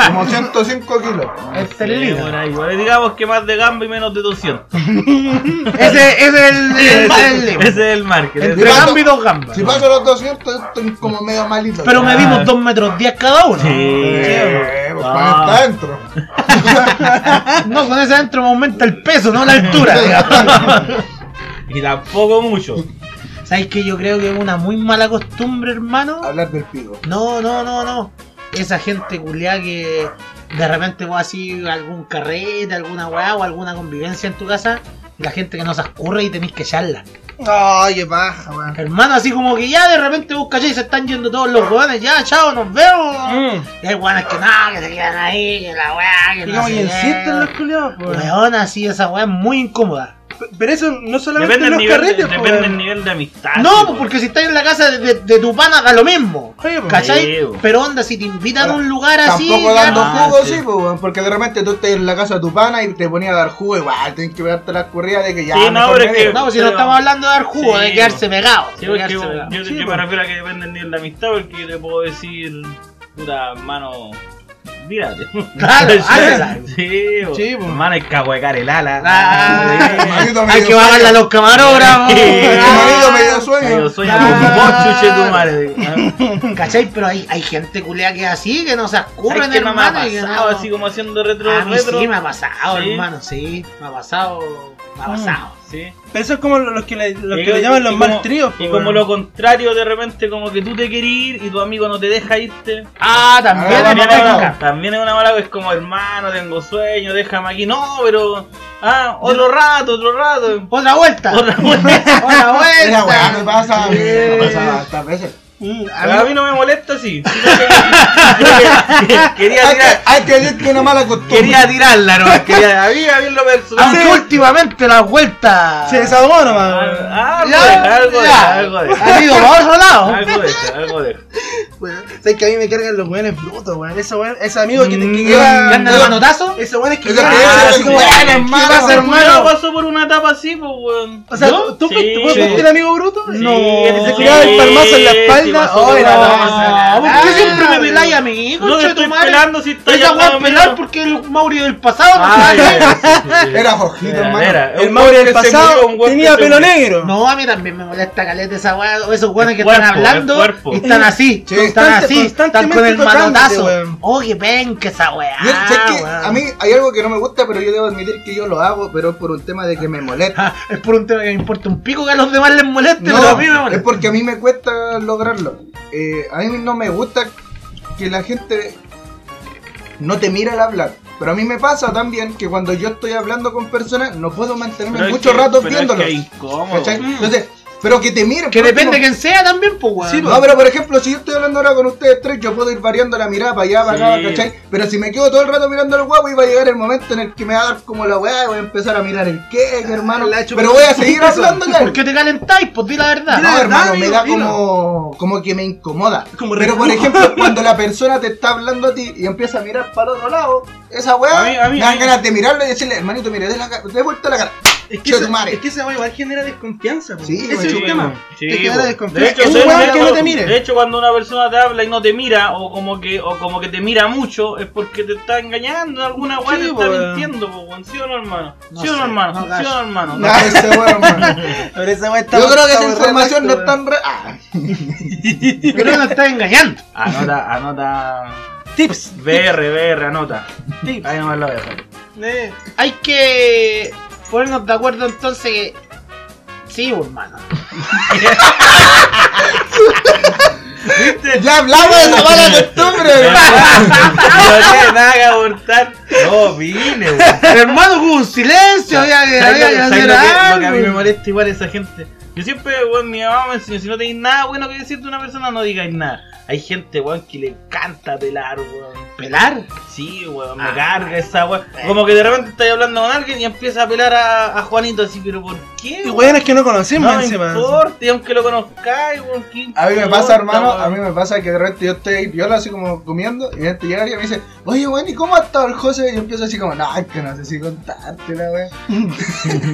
Como 105 kilos. Este
Eh,
Esterlina.
por ahí, por ahí, digamos que más de gamba y menos de 200.
Ese ese es el- el. el-
Ese es el market.
Entre
ese-
gamba y dos gambas.
Si paso los 200, estoy como medio malito.
Pero
ya.
medimos 2 metros 10 cada uno.
Sí.
Eh, pues,
Ah.
para estar adentro.
No, con ese adentro me aumenta el peso, no la altura.
Y tampoco mucho.
¿Sabes que Yo creo que es una muy mala costumbre, hermano.
Hablar del pico.
No, no, no, no. Esa gente culiada que de repente vos así algún carrete, alguna weá o alguna convivencia en tu casa, y la gente que no se escurre y tenés que echarla.
Ay, qué paja, man.
Hermano, así como que ya de repente vos cachai, se están yendo todos los weones, ya, chao, nos vemos.
Mm.
Y hay weones que no, que se quedan ahí, que la weá, que no
Digamos,
sé
Mm. y
qué.
insisten los culiados, po.
Weón, así esa weá es muy incómoda.
Pero eso no
Depende
solamente en
del
los
nivel,
carretes, po,
depende del
weón.
nivel de amistad.
No,
Ah, sí,
pues
po.
porque si estás en la casa de, de- de tu pana da lo mismo.
Oye, po.
¿Cachai?
Sí, po.
Pero onda, si te invitan a un lugar así.
Tampoco
ya
dando
no-
Ah,
jugo,
sí.
sí, po, weón, porque de repente tú estás en la casa de tu pana y te ponías a dar jugo, igual tienes que pegarte la corrida de que ya.
Sí, no,
mejor
pero es
me
que-
dejo.
No, pues, si no
Pero-
estamos hablando de dar jugo,
Sí,
de quedarse pegado.
Sí,
de
porque
quedarse
yo,
pegado.
yo-
Sí,
yo me
pues.
refiero a que depende del nivel de amistad, porque yo te puedo decir, puta, hermano, mírate. pues.
Claro, ah, hácela.
sí, po.
Sí, po.
hermano, hay que ahuecar el ala.
pues. Ah,
Marido
Hay
medio
que
sueño.
bajarla a los camarógrafos.
Marido medio
Ah,
Ay, Yo
sueño.
soy
Ah.
un chuche tu madre. Ah,
¿Cachai? Pero hay, hay gente culea que es así, que no se
¿sabes
escurren,
qué no me ha
hermano. y que
pasado?
no-
Así como haciendo retro,
a mí
retro.
sí me ha pasado,
Sí. Mm.
hermano, sí. Me ha pasado. Me ha pasado.
Sí.
Pero eso es como los que le, los
Y
que le
como-
llaman
y
los
como-
mal tríos, po,
Y como
weón.
lo contrario, de repente, como que tú te querés ir y tu amigo no te deja irte.
Ah, también
Ah,
es
También es,
mala
una,
técnica.
también es una mala, es como hermano, tengo sueño, déjame aquí. No, pero. Ah, otro rato, otro rato.
Otra vuelta.
Otra vuelta.
Otra
Esa weá me
vuelta.
pasa, a mí me pasa bastantes veces.
Mm, a
A
mí-
mí no me molesta, sí. sino que- que-
Hay
Quería tirar.
que-
ah,
Hay que decir que es una mala costumbre.
Quería tirarla, no. Quería, a mí, a mí en lo
Ah,
personal.
Aunque últimamente la vuelta.
Se desahogó nomás. weón.
Ah, Algo
Ya,
deja, algo deja,
ya.
algo deja.
Ha ido para otro lado.
Algo deja, algo deja.
Weón, Sabes que a mí me cargan los weones brutos, weón. Ese weón, ese amigo que te que
Mm,
lleva-
¿Te andan
Yo-
a manotazo?
Ese weón es que
Ese
lleva-
que
Ah,
lleva-
así como,
Weón,
"Ah, ¿qué
hermano,
vas a hacer,
hermano?"
Yo paso por una etapa así, pues, weón.
O sea,
¿Yo?
tú
Sí,
fuiste vos fuiste el amigo bruto.
Sí,
no.
él
Se
se
tiraba el
sí,
palmazo en la
sí,
espalda.
pasó
Oh,
por
era
la
Ah,
masa.
la-
¿Por qué
Ah,
siempre me
weón.
peláis a mí?
No te
Concha de
estoy
tu madre.
pelando si está
Esa
ya
weá pelar porque el Mauri del pasado no
Ah,
sabe.
ya, sí, sí, sí.
Era Jorgito,
Era,
hermano.
era.
El
Un
Mauri
weón
del
que se
pasado
murió, un weón
tenía
que se
pelo
murió.
negro.
No, a mí también me molesta caleta esa weá, o esos weones
El
que
cuerpo,
están hablando
el cuerpo.
y están así,
Sí.
están
Constante-
así, están con el
constantemente tocándote,
manotazo.
weón.
Oye, ven que esa weá.
Yo, sé que
Ah, weón.
a mí hay algo que no me gusta, pero yo debo admitir que yo lo hago, pero es por un tema de que me molesta.
Ah, es por un tema que me importa un pico que a los demás les moleste,
No,
pero a mí me
es
molesta.
porque a mí me cuesta lograrlo. Eh, a mí no me gusta que la gente no te mira al hablar. Pero a mí me pasa también que cuando yo estoy hablando con personas, no puedo mantenerme
Pero es
muchos
que-
ratos
pero es que
viéndolos.
incómodo.
¿cachai? Entonces, pero que te miren.
Que
por último.
depende quién sea también, pues weón.
Sí,
No, pero por ejemplo, si yo estoy hablando ahora con ustedes tres, yo puedo ir variando la mirada para allá, para
Sí.
acá, ¿cachai? Pero si me quedo todo el rato mirando al guapo, iba a llegar el momento en el que me va a dar como la weá y voy a empezar a mirar el queque, hermano.
la chupa-
Pero voy a seguir hablando,
¿Por qué te calentáis? Pues di la verdad.
Ah, No,
Dilo,
hermano,
dilo,
me da
dilo.
como, como que me incomoda.
Como
Pero por
reflujo.
ejemplo, cuando la persona te está hablando a ti y empieza a mirar para el otro lado, esa weá
A mí- a mí-
me dan
a mí-
ganas de mirarlo y decirle, hermanito, mire, de, la, ca- dé vuelta la cara.
Es que,
Che, tu
esa,
madre.
es que esa weá igual genera desconfianza. po.
Sí,
Ese es
weón.
el tema.
Sí,
Te genera
po.
desconfianza.
De hecho,
Es un
de-
weón
de-
que no te
De
mire.
hecho, cuando una persona te habla y no te mira, o como que, o como que te mira mucho, es porque te está engañando, alguna weá
Sí,
te
po,
está
weón.
mintiendo, po, weón. ¿sí o no, hermano?
No sé,
¿Sí o pues. no, hermano?
no
¿Sí o
cacho.
no, hermano?
No, ese weá, hermano.
Pero esa weá está-
Yo creo que
está
esa
muy
información no
redacto,
es tan re... Ah.
Yo creo que nos estás engañando.
Anota, anota.
weón. Tips.
BR, BR, anota.
Tips.
Ahí nomás lo dejo.
Eh.
Hay que ponernos de acuerdo entonces que. Sí, pues, hermano.
Ah, Ya hablamos de esa mala costumbre,
No
hermano.
tiene nada que aportar. No, vine, weón.
Hermano, hubo un silencio. Había
¿Sabes
había
lo,
que
sabes
hacer
lo que, lo que a mí me
algo.
molesta igual esa gente? Yo siempre, weón, mi mamá me enseñó, si no tenéis nada bueno que decir de una persona, no digáis nada. Hay gente, weón, que le encanta pelar, weón.
¿Pelar?
Sí, weón, me
Ah.
carga esa weón. Como que de repente estáis hablando con alguien y empieza a pelar a, a Juanito así, pero ¿por qué?
Y
weón?
weón, es que no conocemos
No me
encima.
importa, y aunque lo conozcáis, weón. qué
A mí me
importa,
pasa, hermano,
weón.
a mí me pasa que de repente yo estoy ahí piola así como comiendo y de repente llega alguien y me dice, oye, weón, ¿y cómo ha estado el José? Y yo empiezo así como, no, es que no sé si contártela, weón.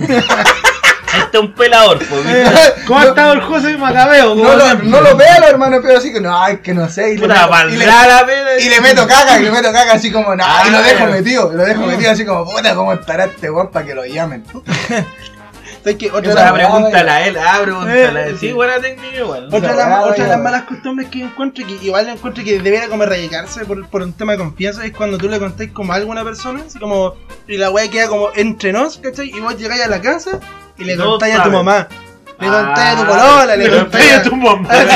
Este es un pelador, pues. ¿viste?
¿Cómo ha estado el José Macabeo?
No lo, no lo veo, hermano, pero así que no, es que no sé. Y le,
Puta,
meto, y le-
valdrá la pena.
y le meto caca, y le meto caca así como, no, y lo dejo
Ah.
metido, y lo dejo metido así como, puta, ¿cómo estará este weón para que lo llamen?
¿Sabes qué? Otra, de
Esa
Puta,
las-
weá,
pregúntala a él, ah, pregúntala a
Eh,
él. Sí,
sí.
buena técnica igual.
otra de
esa
las-
weá,
otra de las
weón.
malas costumbres que yo encuentro y que igual yo encuentro que debiera como erradicarse por, por un tema de confianza es cuando tú le contáis como algo a una persona, así como, y la weá queda como entre nos, ¿cachai? Y vos llegáis a la casa y le
Todos
contáis a tu
saben.
mamá. Le contáis a tu
Ah,
polola, le
le
contáis a tu
mamá. Pero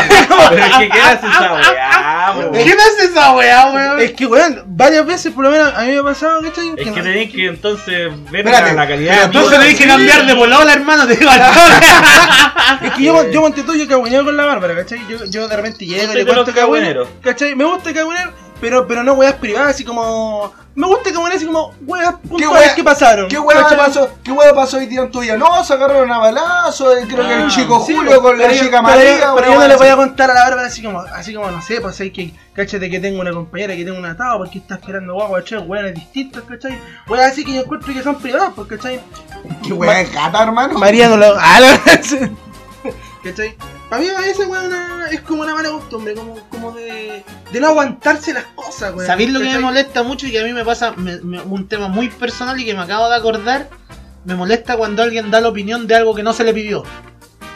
es que ¿qué hace esa weá, po, weón?
¿Qué no hace esa weá, weón?
Es que, weón, varias veces por lo menos a mí me ha pasado, ¿cachai?
Es que
no-
tenéis que entonces ver
Espérate,
la, la calidad. de
Entonces
vida.
tenés que cambiar de polola, hermano. Te digo al toque.
Es que yo, yo monté todo, yo cagüineo con la Bárbara, ¿cachai? Yo, yo de repente llego
soy
y
de
le
los
cuento cagüineo,
cagüineros.
¿cachai? Me gusta cagüinear, pero, pero no weas privadas, así como... Me gusta cagüinear así como weas puntuales
wea-
que pasaron.
¿Qué huevo
¿cachai?
pasó? ¿Qué huevo pasó hoy día en tuya? No, se agarraron a balazo, eh, creo que
Ah,
el chico
Sí, pues,
Julio con la
pero yo-
chica
pero yo-
María.
Pero
una
yo no
hueá
le
así.
voy a contar a la Bárbara así como, así como no sé, pues hay que, cachate que tengo una compañera que tengo un atado porque está esperando guagua de tres weones distintos, ¿cachai? Weas así que yo encuentro que son privadas, pues, ¿cachai?
¿Qué hueá de gata, hermano?
María no lo. Ah, lo... ¿Cachai? Para mí esa weá es una- es como una mala costumbre, como, como de, de no aguantarse las cosas,
Pues,
weón.
¿Sabéis lo que me
¿Cachai?
molesta mucho y que a mí me pasa me- me- un tema muy personal y que me acabo de acordar? Me molesta cuando alguien da la opinión de algo que no se le pidió. O,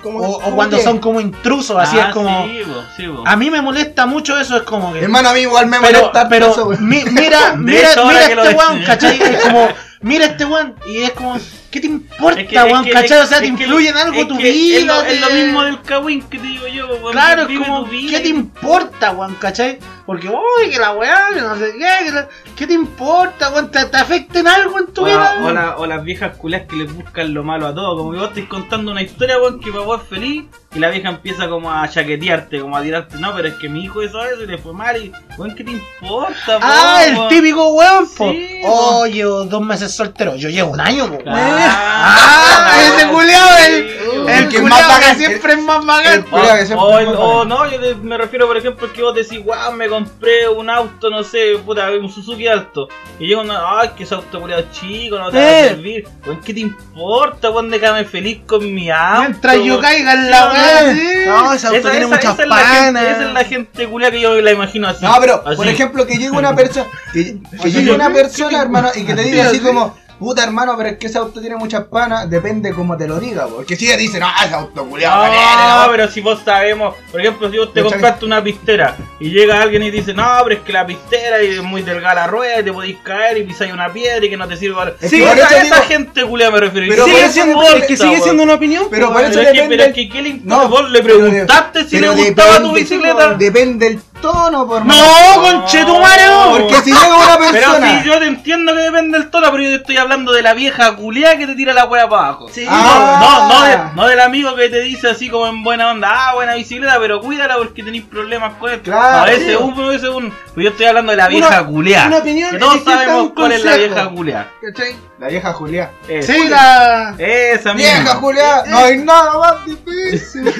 Como-
o
como
cuando
que-
son como intrusos, así
Ah,
es como... Ah,
Sí, po, sí, po.
A mí me molesta mucho eso, es como que...
Hermano, a mí igual me
pero,
molesta
pero
eso, weón.
mi- mira,
De
mira,
eso ahora
mira
que lo
este weón,
decís.
¿cachai? Es como, mira este weón, y es como, ¿qué te importa,
Es que- es
weón,
que-
cachai? O sea, te
es que-
influye en
es
algo tu
que
vida.
Es lo, es lo
te-
mismo del cagüín que te digo yo, po, weón.
Claro, es
Vive
como,
tu vida
¿qué te
y-
importa, weón, cachai? Porque, uy, que la weá, que no sé qué, que la- ¿qué te importa, weón? ¿Te, te afecta en algo en tu
O,
vida?
la- o la- o las viejas culas que les buscan lo malo a todo. Como que vos estés contando una historia, weón, que papá es feliz. Y la vieja empieza como a chaquetearte, como a tirarte. No, pero es que mi hijo hizo eso y le fue mal. Y, weón, ¿qué te importa,
Ah,
po,
el
weón?
típico weón, po.
Sí,
Oh, llevo dos meses soltero. Yo llevo un año, po.
Claro.
Ah, ese culiao, el,
Sí,
el,
weón.
El que
culiao
más
que
bacán,
siempre es más
el
bacán.
O,
culiao que siempre
o
es
el-
más
o
bacán.
no, yo te- me refiero, por ejemplo, que vos decís, wow, me compré un auto, no sé, puta, un Suzuki alto. Y llega una, ay, que ese auto culiao chico, no te va
Eh.
a servir. Weón, ¿qué te importa, weón? Déjame feliz con mi auto.
Mientras yo
weón.
caiga en
Sí,
la
no,
weá,
no.
sí.
No, ese auto
Esa-
tiene
esa-
muchas
esa es la
panas.
gente- Esa es la gente culia que yo la imagino así.
No, pero,
así.
por ejemplo, que llegue una persona, que, que llegue una persona, hermano, y que te diga así como, puta hermano, pero es que ese auto tiene muchas panas, depende cómo te lo diga, porque si ella dice, no, ese auto culiado,
No, pero si vos sabemos, por ejemplo, si vos te
Escúchame.
compraste una pistera y llega alguien y dice, no, pero es que la pistera es muy delgada la rueda y te podéis caer y pisáis una piedra y que no te sirva.
Es
sí,
que por
esa,
eso
esa
digo-
gente culia me refiero.
Pero
Sí,
por
sigue
eso
ese
siendo,
importa,
es que sigue siendo
weón.
una opinión.
Pero
pues,
por
weón.
eso
Pero es, que,
depende-
pero es que, ¿qué le importa?
No,
vos le
pero de-
preguntaste si le
pero
gustaba tu
depende-
bicicleta.
Depende del tono, por hermano.
No, conchetumare,
No,
weón.
Porque si llega una
Pero
persona.
si yo te entiendo que depende del tono, pero yo te estoy hablando de la vieja culia que te tira la wea para abajo.
Sí,
Ah.
No, no, de- no del amigo que te dice así como en buena onda, ah, buena bicicleta, pero cuídala porque tenéis problemas con él.
Claro,
a veces
sí.
un, a veces un. Pues yo estoy hablando de la vieja
Una-
culia.
una opinión
que todos
distinta a un
sabemos cuál es la
consejo.
vieja culia.
¿cachai?
La vieja Julia.
Esa.
Sí, la...
Esa misma.
Vieja Julia, no hay nada más difícil.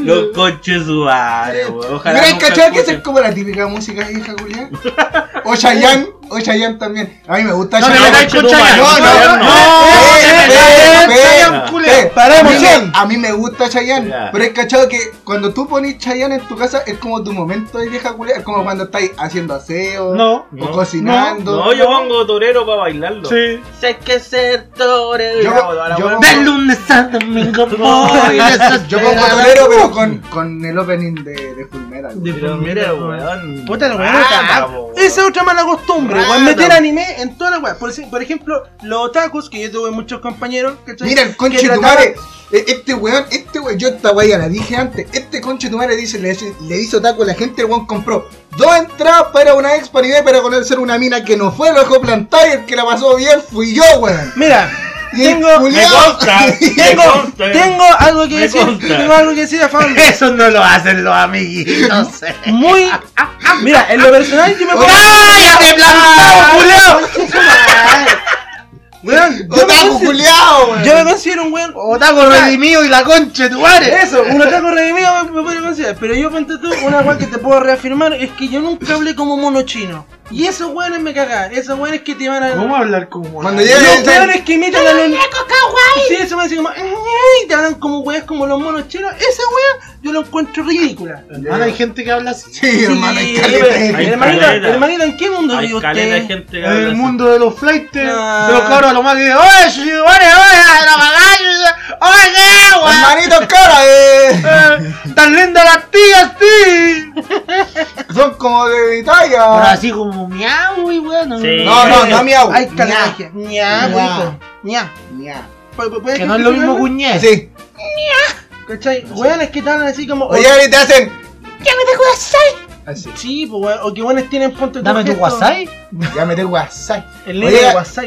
Los coches su madre, weón. Ojalá.
Mira,
nunca
cachado que esa
escuchen.
es como la típica música de vieja Julia? O Chayanne, o Chayanne también. A mí me gusta
No te
no,
metáis con Chayanne.
no, no, no.
te metáis con
Eh,
Chayanne,
eh,
culero.
Eh,
Paremos,
a mí,
Chayanne.
me, a mí me gusta Chayanne,
Ya.
pero es cachado que cuando tú pones Chayanne en tu casa es como tu momento de vieja culia, es como cuando estáis haciendo aseo
No,
o
no,
cocinando.
No, yo pongo torero para bailarlo.
Sí.
Sé que ser torero.
Yo-
Ya, weón, ahora,
yo-
weón.
De lunes a domingo voy
Yo pongo torero, pero con, con el opening de, de Full Metal. palmera. güey.
De
Pero mira, weón.
Puta la weá.
Ah,
ah,
po,
Esa es otra mala costumbre,
Rata.
weón. Meter anime en toda la weá. Por, ej- por ejemplo, los otakus, que yo tuve muchos compañeros, ¿cachai?
Mira el conche
Que
tu
trataban-
madre. E- Este weón, este weón, yo esta weá ya la dije antes. Este conche tu madre dice, le, le hizo taco a la gente, el weón compró dos entradas para una expo anime para conocer una mina que no fue, lo dejó plantar y el que la pasó bien fui yo, weón.
Mira,
Y
tengo,
el
Me
culiao-
consta, me
tengo,
eh.
consta.
tengo algo que
Me
decir.
consta.
Tengo algo que decir a favor.
Eso no lo hacen los amiguitos. eh.
Muy. Mira, en lo personal yo me pongo.
¡Cállate, plantado, culiao!
Weón, yo me
Otaku
considero-
culiao, weón.
yo me considero un weón.
Otago redimido y la concha de tu madre.
Eso, un ataco redimido me, me puede considerar. Pero yo, ponte tú, una weá que te puedo reafirmar es que yo nunca hablé como mono chino. Y esos weones me cagan. Esos weones que te van a.
¿Cómo hablar como
Cuando
Los
llega el-
weones que imitan a los. Sí, eso me dice como. "Ay", Y te hablan como weas como los monos chinos. Esa wea yo lo encuentro ridícula.
Hermano, Ah, hay gente que habla así.
Sí, hermano, hay
Sí,
caleta de
weón.
Hay
gente.
hermanito,
caleta.
hermanito, ¿en qué mundo
Hay
vive
caleta de
usted?
gente que
En
habla
el
así.
mundo de los flights,
No.
de los cabros, lo más que dicen, oye, si oye, oye, la bagalla, oye, qué, weón.
Hermanito cara, eh,
Eh, Tan lindas las tías, tío.
son como de
Pero
Italia.
Ah, así como miau, y bueno.
Sí.
No, no, no, miau.
Ay, caleta.
Ña.
Ña, bonito. Ña.
Ña.
Que no es lo mismo cuñé.
Sí.
¿Cachai? Weones que te hablan así como. "Oh,
Oye, y te hacen. Ya me te WhatsApp.
Sí, pues weón. O que weones tienen ponte tú
Dame tu
gesto-
WhatsApp.
Así. Ya me te WhatsApp.
El libro
Oye,
de WhatsApp.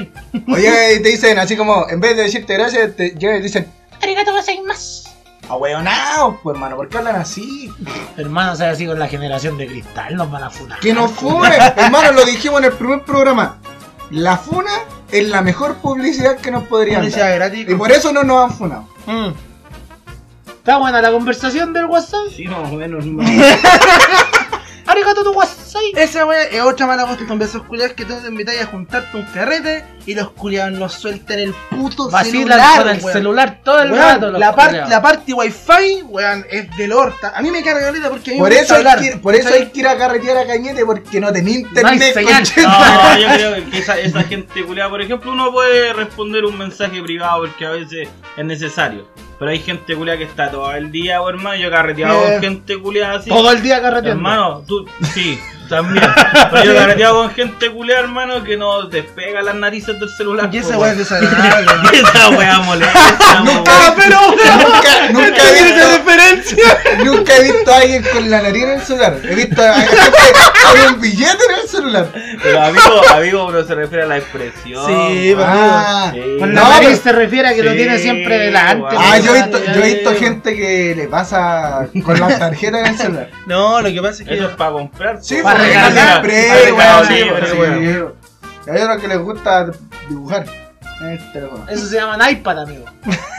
Oye, y te dicen así como, en vez de decirte gracias, te llegan y te dicen, arigato más más. Ahueonao, pues hermano, ¿por qué hablan así?
Hermano, sea así con la generación de cristal, nos van a funar.
Que no fune, hermano, lo dijimos en el primer programa. La funa es la mejor publicidad que nos podrían
Publicidad
dar.
gratis.
Y por eso no nos han funado.
Mm.
Está buena la conversación del WhatsApp.
Sí, más o menos, no.
Arigato tu WhatsApp.
Esa wea es otra mala costumbre. Esos culiados que tú te invitáis a juntarte un carrete y los culiados nos sueltan el puto
Vacilan
celular.
con el
weón.
celular todo el
Weón,
rato. los
la, parte
culiaos.
la parte wifi, weón, es del horta. A mí me carga caleta porque a mí
Por
me
eso,
gusta
hay
hablar.
que, por eso
¿cachai?
hay que ir a carretear a Cañete porque no tenía
No hay
internet.
señal.
concheta.
No, yo creo que esa, esa gente culiada, por ejemplo, uno puede responder un mensaje privado porque a veces es necesario. Pero hay gente culiada que está todo el día, oh, hermano. Yo he carreteado
Eh,
con gente culiada así.
Todo el día carreteando.
Hermano, tú, sí, también. Pero yo he carreteado con gente culiada, hermano, que no despega las narices del celular.
Y esa
po,
wea es desagradable. weón.
Esa wea molesta.
Nunca,
po.
pero nunca, nunca he visto,
diferencia!
nunca he visto a alguien con la nariz en el celular. He visto a alguien con un billete en el celular.
Pero amigo, amigo, uno se refiere a la expresión.
Sí,
po.
Ah,
Sí.
Con la
No,
nariz
pero-
se refiere a que lo
Sí,
tiene siempre delante.
guau.
ah, yo he
ya,
visto,
ya,
yo he
ya,
visto
ya.
gente que le pasa con las tarjetas en el celular.
No, lo que pasa es que.
Eso es para comprar.
Sí,
po.
Para
porque
regalar,
no
Para
siempre,
regalar
weón, sí,
libre,
sí,
weón.
weón. Y hay otros que les gusta dibujar en el teléfono.
Eso se llaman iPad, amigo.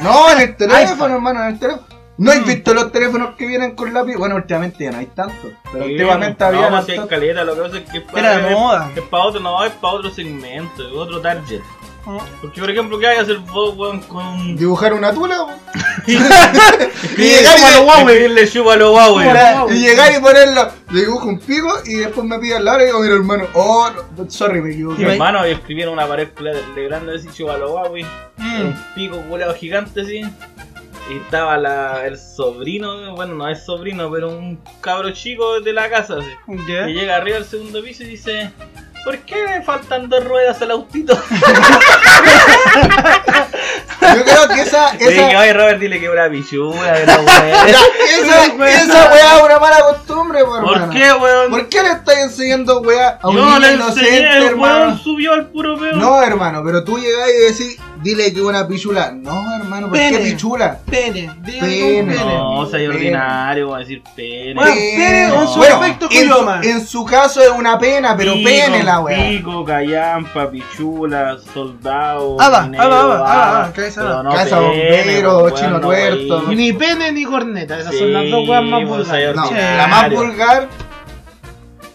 No, en el
iPhone.
teléfono, hermano, en el teléfono. ¿No
Mm.
has visto los teléfonos que vienen con lápiz? Bueno, últimamente ya no hay tanto. Pero antiguamente
no,
había.
más
harto.
hay caleta, lo que pasa es que es
Era de
es-
moda.
Es para otro, no, es para otro segmento, es otro target.
Ah.
Porque por ejemplo, ¿qué hay que hacer vos, weón, con un
dibujar una tula weón. y,
Sí,
llegar
chúpalo,
y,
Huawei. Escribirle chúpalo, Huawei.
y llegar y ponerlo, le dibujo un pico y después me piden la hora y digo, mira hermano, oh, no, sorry, me equivoqué.
Dime.
Hermano, y escribieron una pared cla- de grande así, chúpalo, Huawei.
Mm.
Un pico culado gigante así. Y estaba la, el sobrino, bueno, no es sobrino, pero un cabro chico de la casa así.
Ya.
Y llega arriba al segundo piso y dice, ¿por qué me faltan dos ruedas al autito?
Yo creo que esa,
Le dije,
esa,
oye Robert, dile que una pichuga, que la weá".
ya, esa, esa weá es una mala costumbre, po,
¿Por
hermano.
qué, weón?
¿Por qué le estás enseñando weá a un
Yo
niño
le enseñé,
inocente,
el weón
hermano?
subió al puro peo.
No, hermano, pero tú llegas y decís, dile que una pichula. No, hermano, ¿por qué
Pene.
pichula?
Pene, dígame
Pene.
un pene.
No, o sea, es
Pene.
ordinario, voy a decir pene.
Bueno, pene
o su
defecto,
en su,
culioma.
en su caso es una pena, pero
Pico,
pene la weá.
Pico, callampa, pichula, soldado.
Ah,
Aba,
minero,
aba, aba,
aba.
aba, cabeza,
Pero
aba.
no
Casa
pene,
bombero,
weón,
chino
no,
tuerto.
weón.
Ni pene ni corneta. Esas
Sí,
son las dos weas más
pues,
vulgares.
ahí
No,
ordinario.
la más vulgar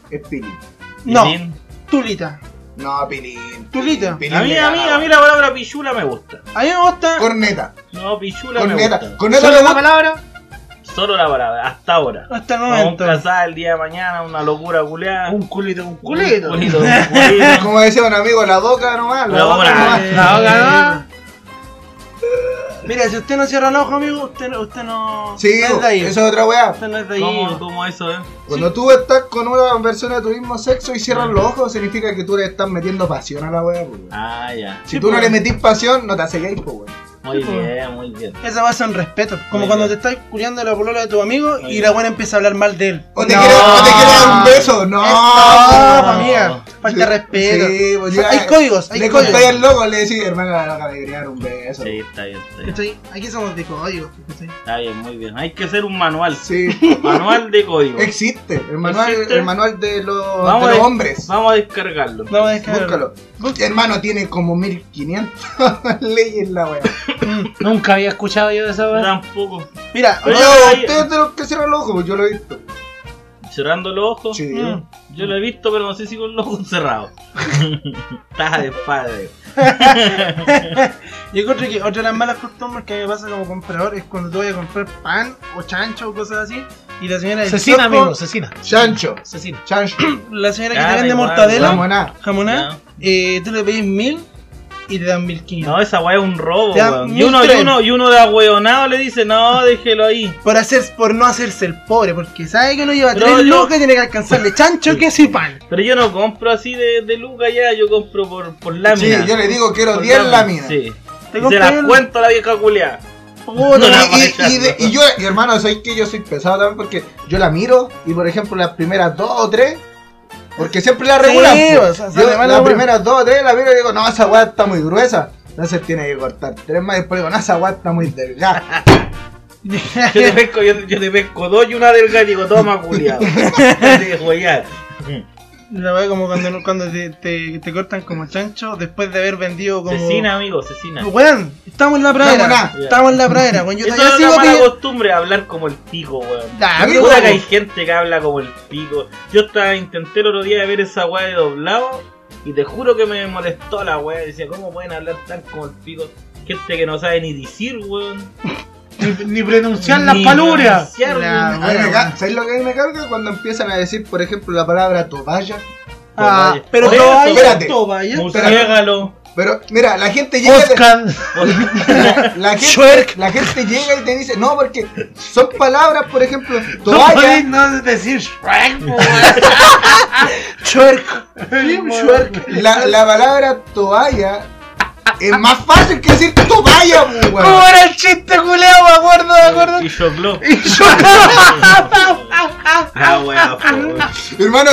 es Pilín.
No,
Pilín.
tulita.
No, Pilín.
Tulita.
Pilín
A mí,
le
a mí,
ganaba.
a mí la palabra pichula me gusta.
A mí me gusta.
Corneta.
No, pichula me
Corneta.
gusta.
Corneta
¿Solo
le
una
gusta.
palabra?
Solo la palabra, hasta ahora.
Hasta el
Vamos
momento.
a casar el día de mañana, una locura culeada.
Un culito, un culito.
Ah. Un culito, un culito.
Eh,
Como decía un amigo, la boca nomás. La,
La
boca
boca.
nomás.
La boca,
Mira, si usted no cierra el ojo, amigo, usted, no- usted no,
Sí,
no es de ahí.
eso es otra weá.
Usted no es de ahí. pues,
¿Cómo, cómo eso, eh?
Cuando tú estás con una persona de tu mismo sexo y cierras los ojos, significa que tú le estás metiendo pasión a la weá, po, weón.
Ah, ya.
Si
Sí,
tú no
po.
le metís pasión, no te hace gay, po, weón.
Muy
Sí, po.
pues.
bien, muy bien.
Esa base en respeto. Como
Muy
cuando
bien.
te estás culiando la polola de tu amigo
Muy
y
bien.
la buena empieza a hablar mal de él.
O te,
No.
quiere, o te quiere dar un beso, no.
No,
po.
amiga. Falta de respeto.
Sí, pues ya.
hay códigos, hay
Le
códigos.
contáis al loco, le decís, hermano, acá me quería dar un beso.
Sí, está bien, está bien.
¿Cachai? Aquí somos de códigos. ¿cachai?
Está bien, muy bien. Hay que hacer un manual.
Sí.
Manual de código.
Existe, el manual,
¿Existe?
el manual de los,
Vamos
de los
a-
hombres.
Vamos a descargarlo.
No, es que.
Búscalo. Hermano, tiene como 1500 leyes la weá.
Nunca había escuchado yo de esa weá.
Tampoco.
Mira,
Pero Mm.
No,
yo la vi-
ustedes de los que cierran los ojos, yo lo he visto.
Cerrando los ojos.
Sí.
Mm.
Yo lo he visto, pero no sé si con los ojos cerrados. Taja de padre.
yo encuentro que otra de las malas costumbres que a mí me pasa como comprador es cuando tú vas a comprar pan o chancho o cosas así y la señora del
Cecina,
kiosco-
amigo, cecina.
Chancho,
Cecina.
chancho.
La señora que
Ah,
te
da
vende
igual,
mortadela,
Ramoná.
jamoná, eh, tú le pedís mil y te dan mil quinientos.
No, esa weá es un robo,
Te dan
weón. Y
mil
uno, y
tren.
uno, y uno de agüeonado le dice, no, déjelo ahí.
Por, hacer, por no hacerse el pobre, porque sabe que uno lleva
Pero
tres
yo-
lucas y tiene que alcanzarle chancho, queso y pan.
Pero yo no compro así de, de luca ya, yo compro por, por
Sí,
lámina.
yo le digo quiero
Por
10 láminas.
Sí.
Te
Y Se
compré
las
el-
cuento a la vieja culia.
Puta,
No, la-
y-
Y, y- y de- y yo, y hermano, soy que yo soy pesado también porque yo la miro y por ejemplo las primeras dos o tres, porque siempre la
Sí,
regulan. pues.
o sea,
Yo
sale mal la
las
weá.
primeras dos o tres la miro y digo, no, esa weá está muy gruesa. Entonces tiene que cortar tres más y después digo, no, esa weá está muy
Ah,
delgada.
Yo te pesco, yo, yo te pesco dos y una delgada y digo, toma culiado. Te dejo ya.
La verdad, como cuando, cuando te, te- te cortan como chancho después de haber vendido como.
Cecina, amigo, cecina.
Weón, estamos en la pradera.
Jamoná.
Estamos en la pradera, weón. Yo
Eso
todavía
es una
sigo
mala
pidiendo. Ah,
costumbre, hablar como el pico, weón.
Nah,
Sí,
pero-
Puta que hay
weón.
gente que habla como el pico. Yo estaba intenté el otro día ver esa weá de doblado y te juro que me molestó la weá. Decía, ¿cómo pueden hablar tan como el pico? Gente que no sabe ni decir, weón.
Ni, ni pronunciar las
Ni
palabras.
pronunciar,
La-
weón.
A mí me
Bueno,
ca-
bueno.
¿Sabes lo que a mí me carga? Cuando empiezan a decir, por ejemplo, la palabra toballa.
Ah,
Oye,
pero
oye,
todo hay
espérate.
todo, vaya.
Murciégalo.
Pero mira, la gente llega. y te-
Oscar.
la, la gente,
Shrek.
la gente llega y te dice, no, porque son palabras, por ejemplo,
No podéis
toballa.
no decir Shrek, po,
Chuerco. Chuerco.
La, la palabra toalla es más fácil que decir toballa, po,
¿Cómo
weón.
era el chiste, culeo? Me acuerdo, me acuerdo.
Y chocló.
Y yo.
Ah, weá, po, weón.
Hermano,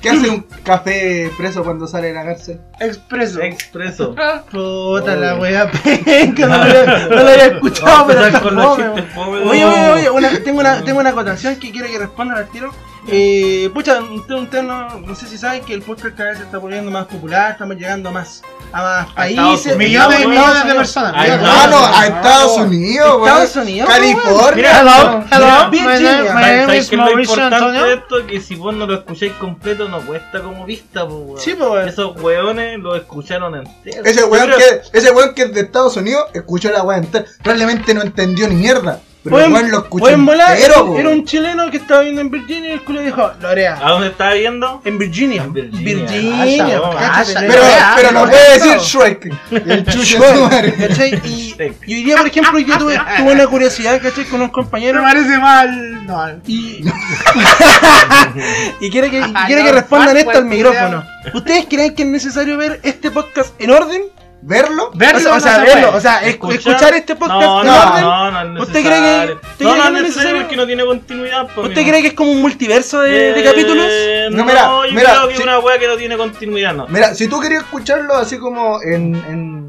¿qué hace un café preso cuando sale de la cárcel?
Expreso.
Expreso.
Puta la wea penca. No, lo- no lo había escuchado,
Vamos a
pero
empezar
está
con los
fome, weón.
chistes fome,
Oye,
weón.
oye,
Oh.
oye, una- tengo, una, tengo una acotación que quiero que respondan al tiro. Eh, pucha, usted, usted no, no sé si saben que el podcast cada vez se está volviendo más popular, estamos llegando a más, a más países.
Estados Unidos,
Millones y
weón.
millones de personas.
Ah,
Ay,
Millones.
no.
Hermano, a Estados Unidos, weón.
Estados Unidos,
California.
Mira,
Hello, hello.
Bien,
My
Virginia.
name, my
¿Sabes-
name
¿Sabes
is
qué es lo
Mauricio
importante de
Antonio.
esto? Que si vos no lo escucháis completo, no cuesta como vista, po, weón.
Sí, po, weón.
Esos weones lo escucharon entero.
Ese weón,
Yo creo-
que, ese weón que es de Estados Unidos escuchó la weá entera. Probablemente no entendió ni mierda. Pero el
Pueden-
weón lo escuchó
pueden volar,
entero,
era,
po.
era un chileno que estaba viviendo en Virginia y el culo dijo, lo haré.
¿A dónde estaba viendo?
En Virginia.
En Virginia.
Virginia,
Vaya,
cáchate,
vaya.
Pero,
Vea,
pero no
vea,
puede
vea.
decir Shrek. El chucho de su madre.
¿Cachai? Y, y hoy día, por ejemplo, yo tuve, tuve una curiosidad, ¿cachai? Con unos
Me
compañeros
parece mal. No.
y... y quiero que, y quiero que
No,
respondan
fuck,
esto al
weón,
micrófono. ¿Ustedes creen que es necesario ver este podcast en orden?
¿Verlo?
Verlo,
O sea, o sea,
no se
verlo,
puede.
o sea, escu- escuchar, este podcast
No,
en
no,
orden.
no, no, es
¿Usted cree que-
necesario.
usted cree
No, no
que
es
no
necesario
es necesario?
porque no tiene continuidad, po,
¿Usted
amigo.
cree que es como un multiverso de, de capítulos?
Eh,
No,
No,
mira,
yo
mira,
creo que es
sí.
una weá que no tiene continuidad, no.
Mira, si tú querías escucharlo así como en, en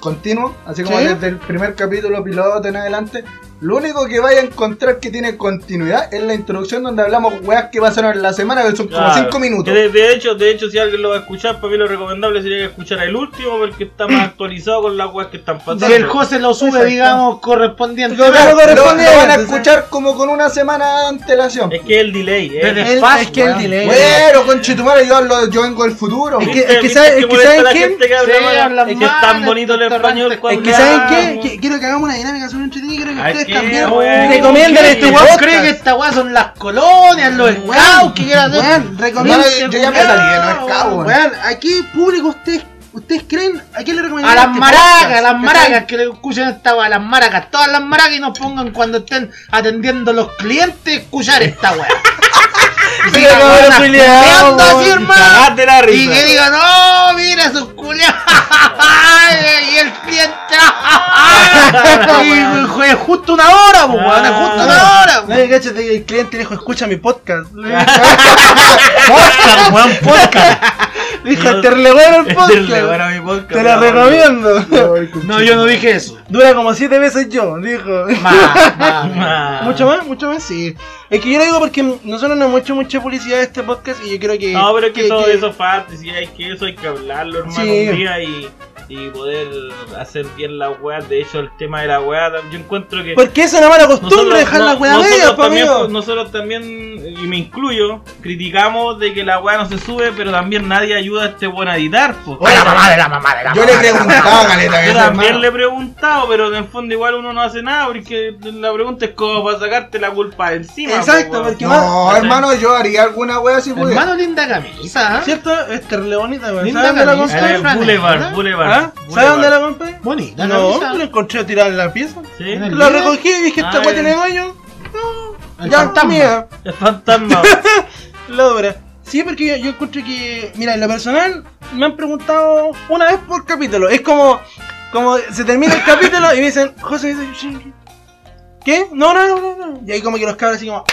continuo, así como
¿Sí?
desde el primer capítulo piloto en adelante, lo único que vaya a encontrar que tiene continuidad es la introducción donde hablamos weas que pasaron en la semana, que son como
Claro.
5
Que
minutos.
De, de hecho, de hecho, si alguien lo va a escuchar, para mí lo recomendable sería que escuchara el último porque está más actualizado con las weas que están pasando.
Si el José lo sube,
Exacto.
digamos, correspondiente.
Lo-
Claro,
Pero
lo,
corresponde
lo van a
antes, ¿eh?
escuchar como con una semana de antelación.
Es que el delay, eh.
Desde-
El-
Fast,
es que el
weón.
delay.
Bueno, conchetumare, yo hablo, yo vengo del futuro.
Es que-
¿Viste? ¿Viste
sabe- es que
molesta
saben
la
quién?
gente que habla
Sí,
mal?
hablan
Es que
mal,
es tan bonito el
es
español cuando
Es que, ¿saben qué? Que- Quiero que hagamos una dinámica súper entretenida y quiero que
Ay,
ustedes
qué
también
weón.
recomienden
¿Qué?
este
¿Vos
¿Vos
podcast.
crees que esta weá son las colonias, los scouts que quieran hacer?
Weón, recomienden-
Hermano, yo ya me salí de los scouts, weón.
Weón, aquí público ustedes ¿Ustedes creen? ¿A quién le
A
recomendarían?
las
este
maracas,
podcast?
a las
¿Cachai?
maracas, que le escuchen esta weá, a las maracas, todas las maracas y nos pongan cuando estén atendiendo los clientes escuchar esta weá. Y
Mira
sigan,
cómo
weón,
lo culiao,
peleando así,
weón,
hermano.
cagate la
Y
risa.
que digan, no, mira sus culiados. y el cliente. y fue justo una hora, pues, weón,
Ah,
es justo una hora. weón.
Nadie cacha de que el cliente le dijo, escucha mi podcast. Le
Podcast, weón, podcast.
dijo, te re bueno el
Le van
podcast.
a mi podcast.
Te lo
weón.
recomiendo.
No, yo no dije eso.
Dura como siete veces yo, dijo.
Más, más, más.
Ah.
Mucho más, mucho más, sí. Es que yo lo digo porque nosotros no hemos hecho mucha publicidad de este podcast y yo creo que.
No, pero es que, todo eso es fácil, si hay que eso hay que hablarlo, hermano,
Sí.
un día y, y poder hacer bien la weá. De hecho, el tema de la weá, yo encuentro que...
Porque esa es una mala costumbre,
Nosotros-
dejar
no-
la weá
nosotros
media, pa'
también,
amigo.
Nosotros también, y me incluyo, criticamos de que la weá no se sube, pero también nadie ayuda a este buen a editar. po.
Oye, la mamá de la mamá de la
Yo
mamá
le
de la
preguntaba a Caleta
Yo
veces,
también
hermano.
le he preguntado, pero en el fondo igual uno no hace nada, porque la pregunta es cómo para sacarte la culpa de encima.
Exacto,
po, weón.
porque-
No, hermano, yo haría alguna wea si
mamá.
pudiera.
Hermano, linda camisa, ¿ah?
¿Cierto? Es terrible bonita, weón.
Linda
¿Sabes dónde la
camisa.
compré?
Eh, Boulevard, Boulevard.
¿Ah? ¿Sabes
Boulevard.
dónde la compré?
Bonita
No,
camisa.
la encontré tirada en la pieza.
Sí.
En el-
La recogí y dije, esta
Ay.
weá tiene dueño. No,
El
ya está
fantasma.
mía.
El fantasma.
La obra. Sí, porque yo, yo encuentro que, mira, en lo personal me han preguntado una vez por capítulo. Es como, como se termina el capítulo y me dicen, José, ¿qué? ¿qué? No, no, no, no, no. Y ahí como que los cabros así como,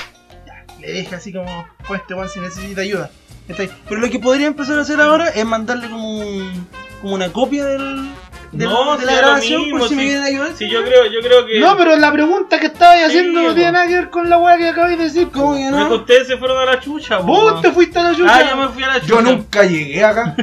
ya, le deja así como, pues este weón se necesita ayuda. Está ahí. Pero lo que podría empezar a hacer ahora es mandarle como, un- como una copia del, del-
No,
de
si
la
da lo
grabación
mismo,
por si me
si-
quieren ayudar.
Sí, yo creo, yo creo que.
No, pero la pregunta que estabas haciendo no
po.
tiene nada que ver con la weá que acabáis de decir. po.
¿Cómo que
No es que
no?
ustedes se fueron a la chucha, po,
Vos
weón.
te fuiste a la
Ah,
yuya.
yo me fui a la chucha.
Yo nunca llegué acá.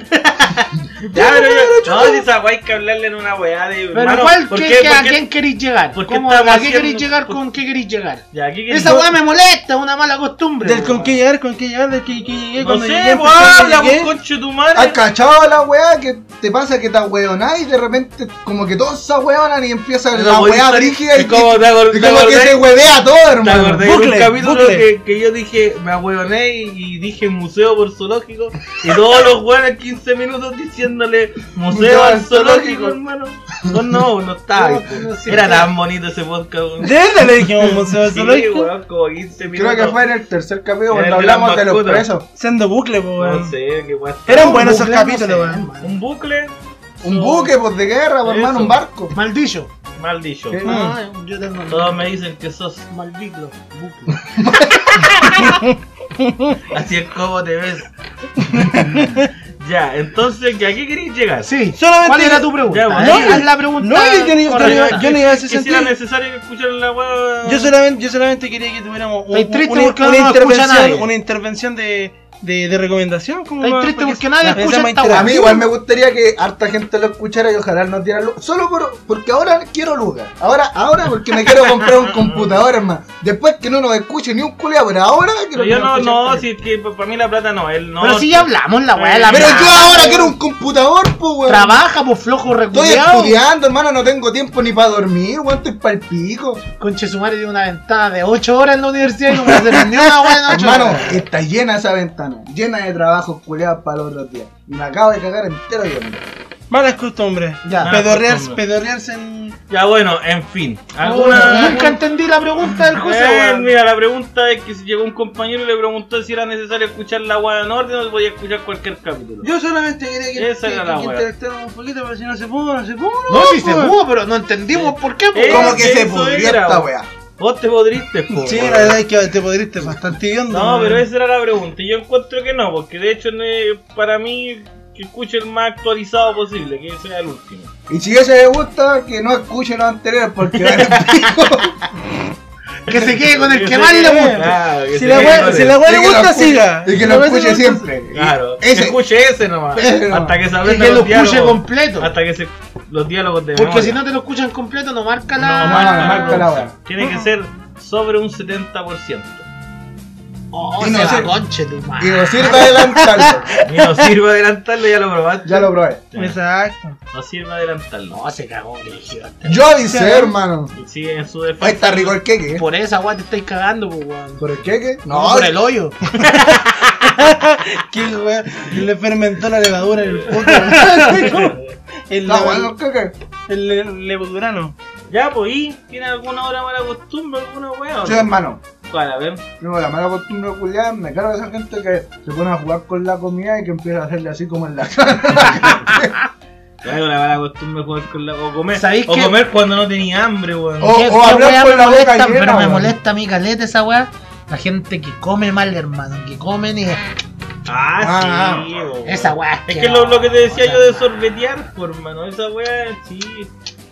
Ya, pero yo- No, si esa weá hay que hablarle en una weá de.
Pero
hermano,
cuál,
¿por
qué-
qué-
qué-
por
¿a
qué-
quién querís llegar?
por qué
¿Cómo-
estaba
¿A qué querís
haciendo-
llegar?
por-
¿Con qué querís llegar?
Ya, aquí que-
Esa weá me molesta, es una mala costumbre.
Del
po,
con
weón.
qué llegar, con qué llegar, del que, que llegué,
No
cuando llegué.
sé, pues
empecé,
habla,
llegué.
pues conche tu
¿Has
madre.
cachado la wea que te pasa que te ahueonás y de repente como que todos se ahueonan y empieza la wea brígida y,
¿Y cómo te acor-
y
te
como que
acordás?
se huevea todo,
¿Te
hermano.
acordás de un
Bucle,
capítulo
bucle.
que, que yo dije, me ahueoné y, y dije museo por zoológico? Y todos los weones 15 minutos diciéndole museo
Museo
al
al
zoológico,
zoológico.
hermano. No, no, no estaba.
No,
bien.
no, sí,
Era
claro.
tan bonito ese podcast, weón.
pues, ¿De verdad le dijimos museo
Sí,
zoológico?
weón, como 15 minutos.
Creo que fue en el tercer capítulo
En el
cuando
de las
hablamos de los
mascotas.
presos.
Siendo bucle, po,
No
weón.
sé, qué weón.
Eran
Un
buenos esos
bucle, no sé,
capítulos, weón.
hermano.
Un bucle,
Un
No.
buque pues, de guerra, pues, hermano,
Eso.
un barco.
Maldillo.
mal dicho.
Sí.
Ah, yo tengo
Todos me dicen que sos
maldito. bucle.
así es como te ves. ya, entonces, ¿que ¿a qué queréis llegar?
Sí.
Solamente-
¿Cuál era tu pregunta?
Ya, bueno.
No, es la pregunta.
No, yo- yo- yo-
correcta.
yo no iba a hacer
Que si
sentido.
era necesario que escucharan la weá.
Yo solamente, yo solamente quería que tuviéramos un-
Estoy triste
una,
porque
una
no nos escucha nadie.
intervención, una intervención de, de, de recomendación. Como
Estoy
para-
triste
para
porque
que-
nadie
para que
escucha
sea más
esta
A
interactivo.
mí igual me gustaría que harta gente lo escuchara y ojalá no tirara luz. Solo por, porque ahora quiero lugar. Ahora, ahora porque me quiero comprar un computador, hermano. Después que no nos escuche ni un culiao, pero ahora quiero
Pero yo no,
escuchar
no,
esta
si es que para mí la plata no, él no.
Pero si ya hablamos la weá de la
Pero yo
plata,
ahora
weón.
quiero un computador, pues, weón.
Trabaja, por flojo
Estoy
reculeado.
estudiando, hermano, no tengo tiempo ni para dormir, weón, estoy pa'l pico.
Conche su madre tiene una ventana de 8 horas en la universidad y no me hacer ni una weá en 8
Hermano, está llena esa ventana, llena de trabajos culeados para los otros días. Y me acabo de cagar entero yo. mira.
Malas costumbres.
Ya.
Malas
Pedorrearse,
costumbres.
pedorrearse en.
Ya bueno, en fin.
Oh,
Alguna-
¿Alguna.?
Nunca entendí la pregunta del José,
Eh,
weón.
mira, la pregunta es que si llegó un compañero y le preguntó si era necesario escuchar la weá en orden o podía escuchar cualquier capítulo.
Yo solamente quería que,
Esa
que-
era la
que
wea.
interactuáramos un poquito, pero si no se pudo, no se pudo.
No, si se pudo, pero no entendimos por qué. pues.
Eh,
Como que
eso
se pudrió
era,
esta
weón.
weá.
Vos te podriste, po.
Sí,
weón.
la verdad es que te podriste bastante hediondo.
No, pero
weón.
esa era la pregunta. Y yo encuentro que no, porque de hecho eh, para mí que escuche el más actualizado posible, que sea el último.
Y si eso les gusta, que no escuchen los anteriores porque van a pico.
Que se quede con el
Yo
que
sé
más le gusta.
Claro, que
Si
se
la
quede
wea-
con
si
él.
la wea
Y
le
que lo
gusta,
escuche-
siga.
Y
Si
que
la
lo
wea le
escuche
gusta,
siempre. Y-
Claro, que
Ese.
escuche ese nomás.
Ese nomás.
Hasta que se
Que,
aprendan
que lo
los
escuche
diálogos.
completo.
Hasta que se, los diálogos de
Porque
memoria.
si no te lo escuchan completo, no marca
No,
la.
marca,
marca la hora.
Tiene que ser sobre un 70%.
Oh,
Y no
se
sé.
va, conche tu
Ah. Y
madre.
no sirve adelantarlo.
Y no sirve adelantarlo, ya lo probaste.
Ya lo probé.
Exacto.
No sirve adelantarlo.
No, Oh, se cagó, brígido.
Yo avisé, hermano.
Sigue en su defensa.
Ahí está rico el queque. ¿eh?
Por esa weá te estáis cagando, pues, weón.
¿Por el queque?
No, por el hoyo.
Qué weón. Le fermentó la levadura en el puto. weón. el,
Está
leva-
bueno, los cacas.
el le- levadurano.
Ya, pues, ¿y? ¿Tiene alguna hora mala costumbre, alguna weá? o
Yo,
no?
hermano,
¿Cuál? A ver.
tengo la mala costumbre de culiar, me cargo de esa gente que se pone a jugar con la comida y que empieza a hacerle así como en la cara.
Claro, la mala costumbre jugar con la... O comer,
¿Sabéis
o
qué? Oh.
comer cuando no tenía hambre, weón.
O-
¿Qué-
o
qué
hablar
weá me
con la boca
molesta?
llena,
Pero me
weón.
molesta a mi caleta esa weá. La gente que come mal, hermano. Que comen y.
Ah,
Ah,
sí, weón.
Esa weá.
Es que lo, lo que te decía yo de sorbetear, por mano, esa weá, sí.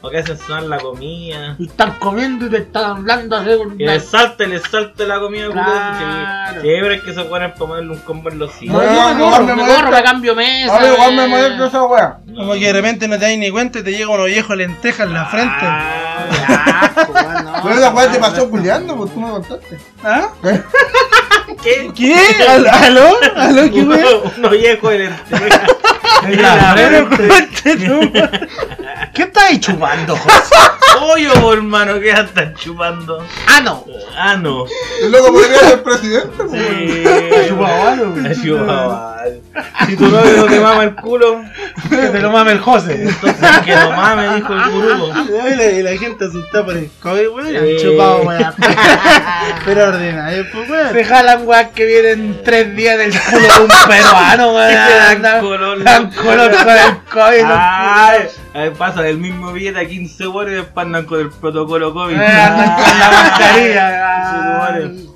O que hacen sonar la comida.
Y Están comiendo y te están hablando así.
Que les salte, les salte la comida, culo.
Claro.
Sí, sí, pero es que se ponen para ponerle un combo en los
No,
hijos.
yo
Ah,
me corro,
igual me
me
molesta.
corro, me cambio mesa. eh.
Ahora igual me
weón.
molesta esa wea.
Como que de repente no te das ni cuenta y te llega unos viejos lentejas en la frente.
Ah, asco, weón, no.
Pero esa wea te pasó culiando, pues tú me contaste.
¿Ah?
¿Qué?
¿Qué? ¿Al- ¿Aló? ¿Aló? ¿Qué weón?
Uno, uno viejo de lenteja.
En la
Pero
frente.
conche tu madre.
¿Qué estás chupando, José?
Pollo, po, hermano, que ya están chupando.
Ah, no.
Ah, no.
El loco podría ser presidente, pues.
Sí.
Chihuahuano.
Es chihuahuano. Si tu novio no te mama el culo,
Que te lo mame el José.
entonces que no mames, dijo el gurú.
Y la, y la gente asustada por el COVID, weón. y han
Eh.
chupado, weón. Pero ordinario, pues, weón.
Se jalan weas que vienen tres días del culo de un peruano, weón.
Y se dan
Ah, Andan-
color.
dan color con el COVID.
Ay, ay, pasa del mismo billete a 15 bolos y después andan con el protocolo COVID.
Eh, andan con la mascarilla. ah,
Ay,
Ay.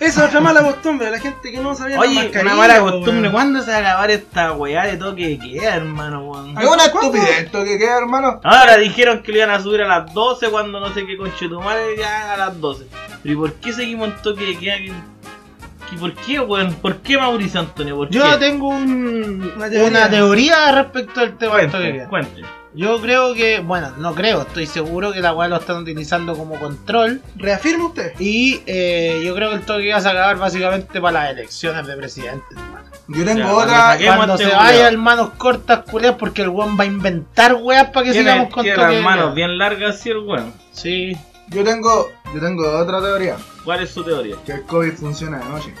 Esa es otra mala costumbre, la gente que no sabía la
Oye,
mascarilla,
una mala
weón.
costumbre, ¿cuándo se va a acabar esta weá de toque de queda, hermano? weón?
Es una estupidez esto que queda, hermano.
Ahora dijeron que lo iban a subir a las 12 cuando no sé qué conchetumare ya a las 12. Pero ¿y por qué seguimos en toque de queda? ¿Qué- qué- ¿Por qué, weón? ¿Por qué Mauricio Antonio? ¿Por
Yo
qué?
tengo un-
Una teoría.
una teoría respecto al tema del toque de
Cuente,
queda.
cuente.
Yo creo que, bueno, no creo, estoy seguro que la weá lo están utilizando como control.
¿Reafirma usted?
Y eh, yo creo que el toque de queda se va a acabar básicamente para las elecciones de presidente.
Yo tengo
Ya,
otra.
cuando Saquemos
Cuando
este
se
culiao.
vaya hermanos cortas culeas porque el weón va a inventar weas para que sigamos
Tiene
con
tiene
toque
las
de
manos
queda.
bien largas así el weón.
Sí.
Yo tengo. Yo tengo otra teoría.
¿Cuál es su teoría?
Que el COVID funciona de noche.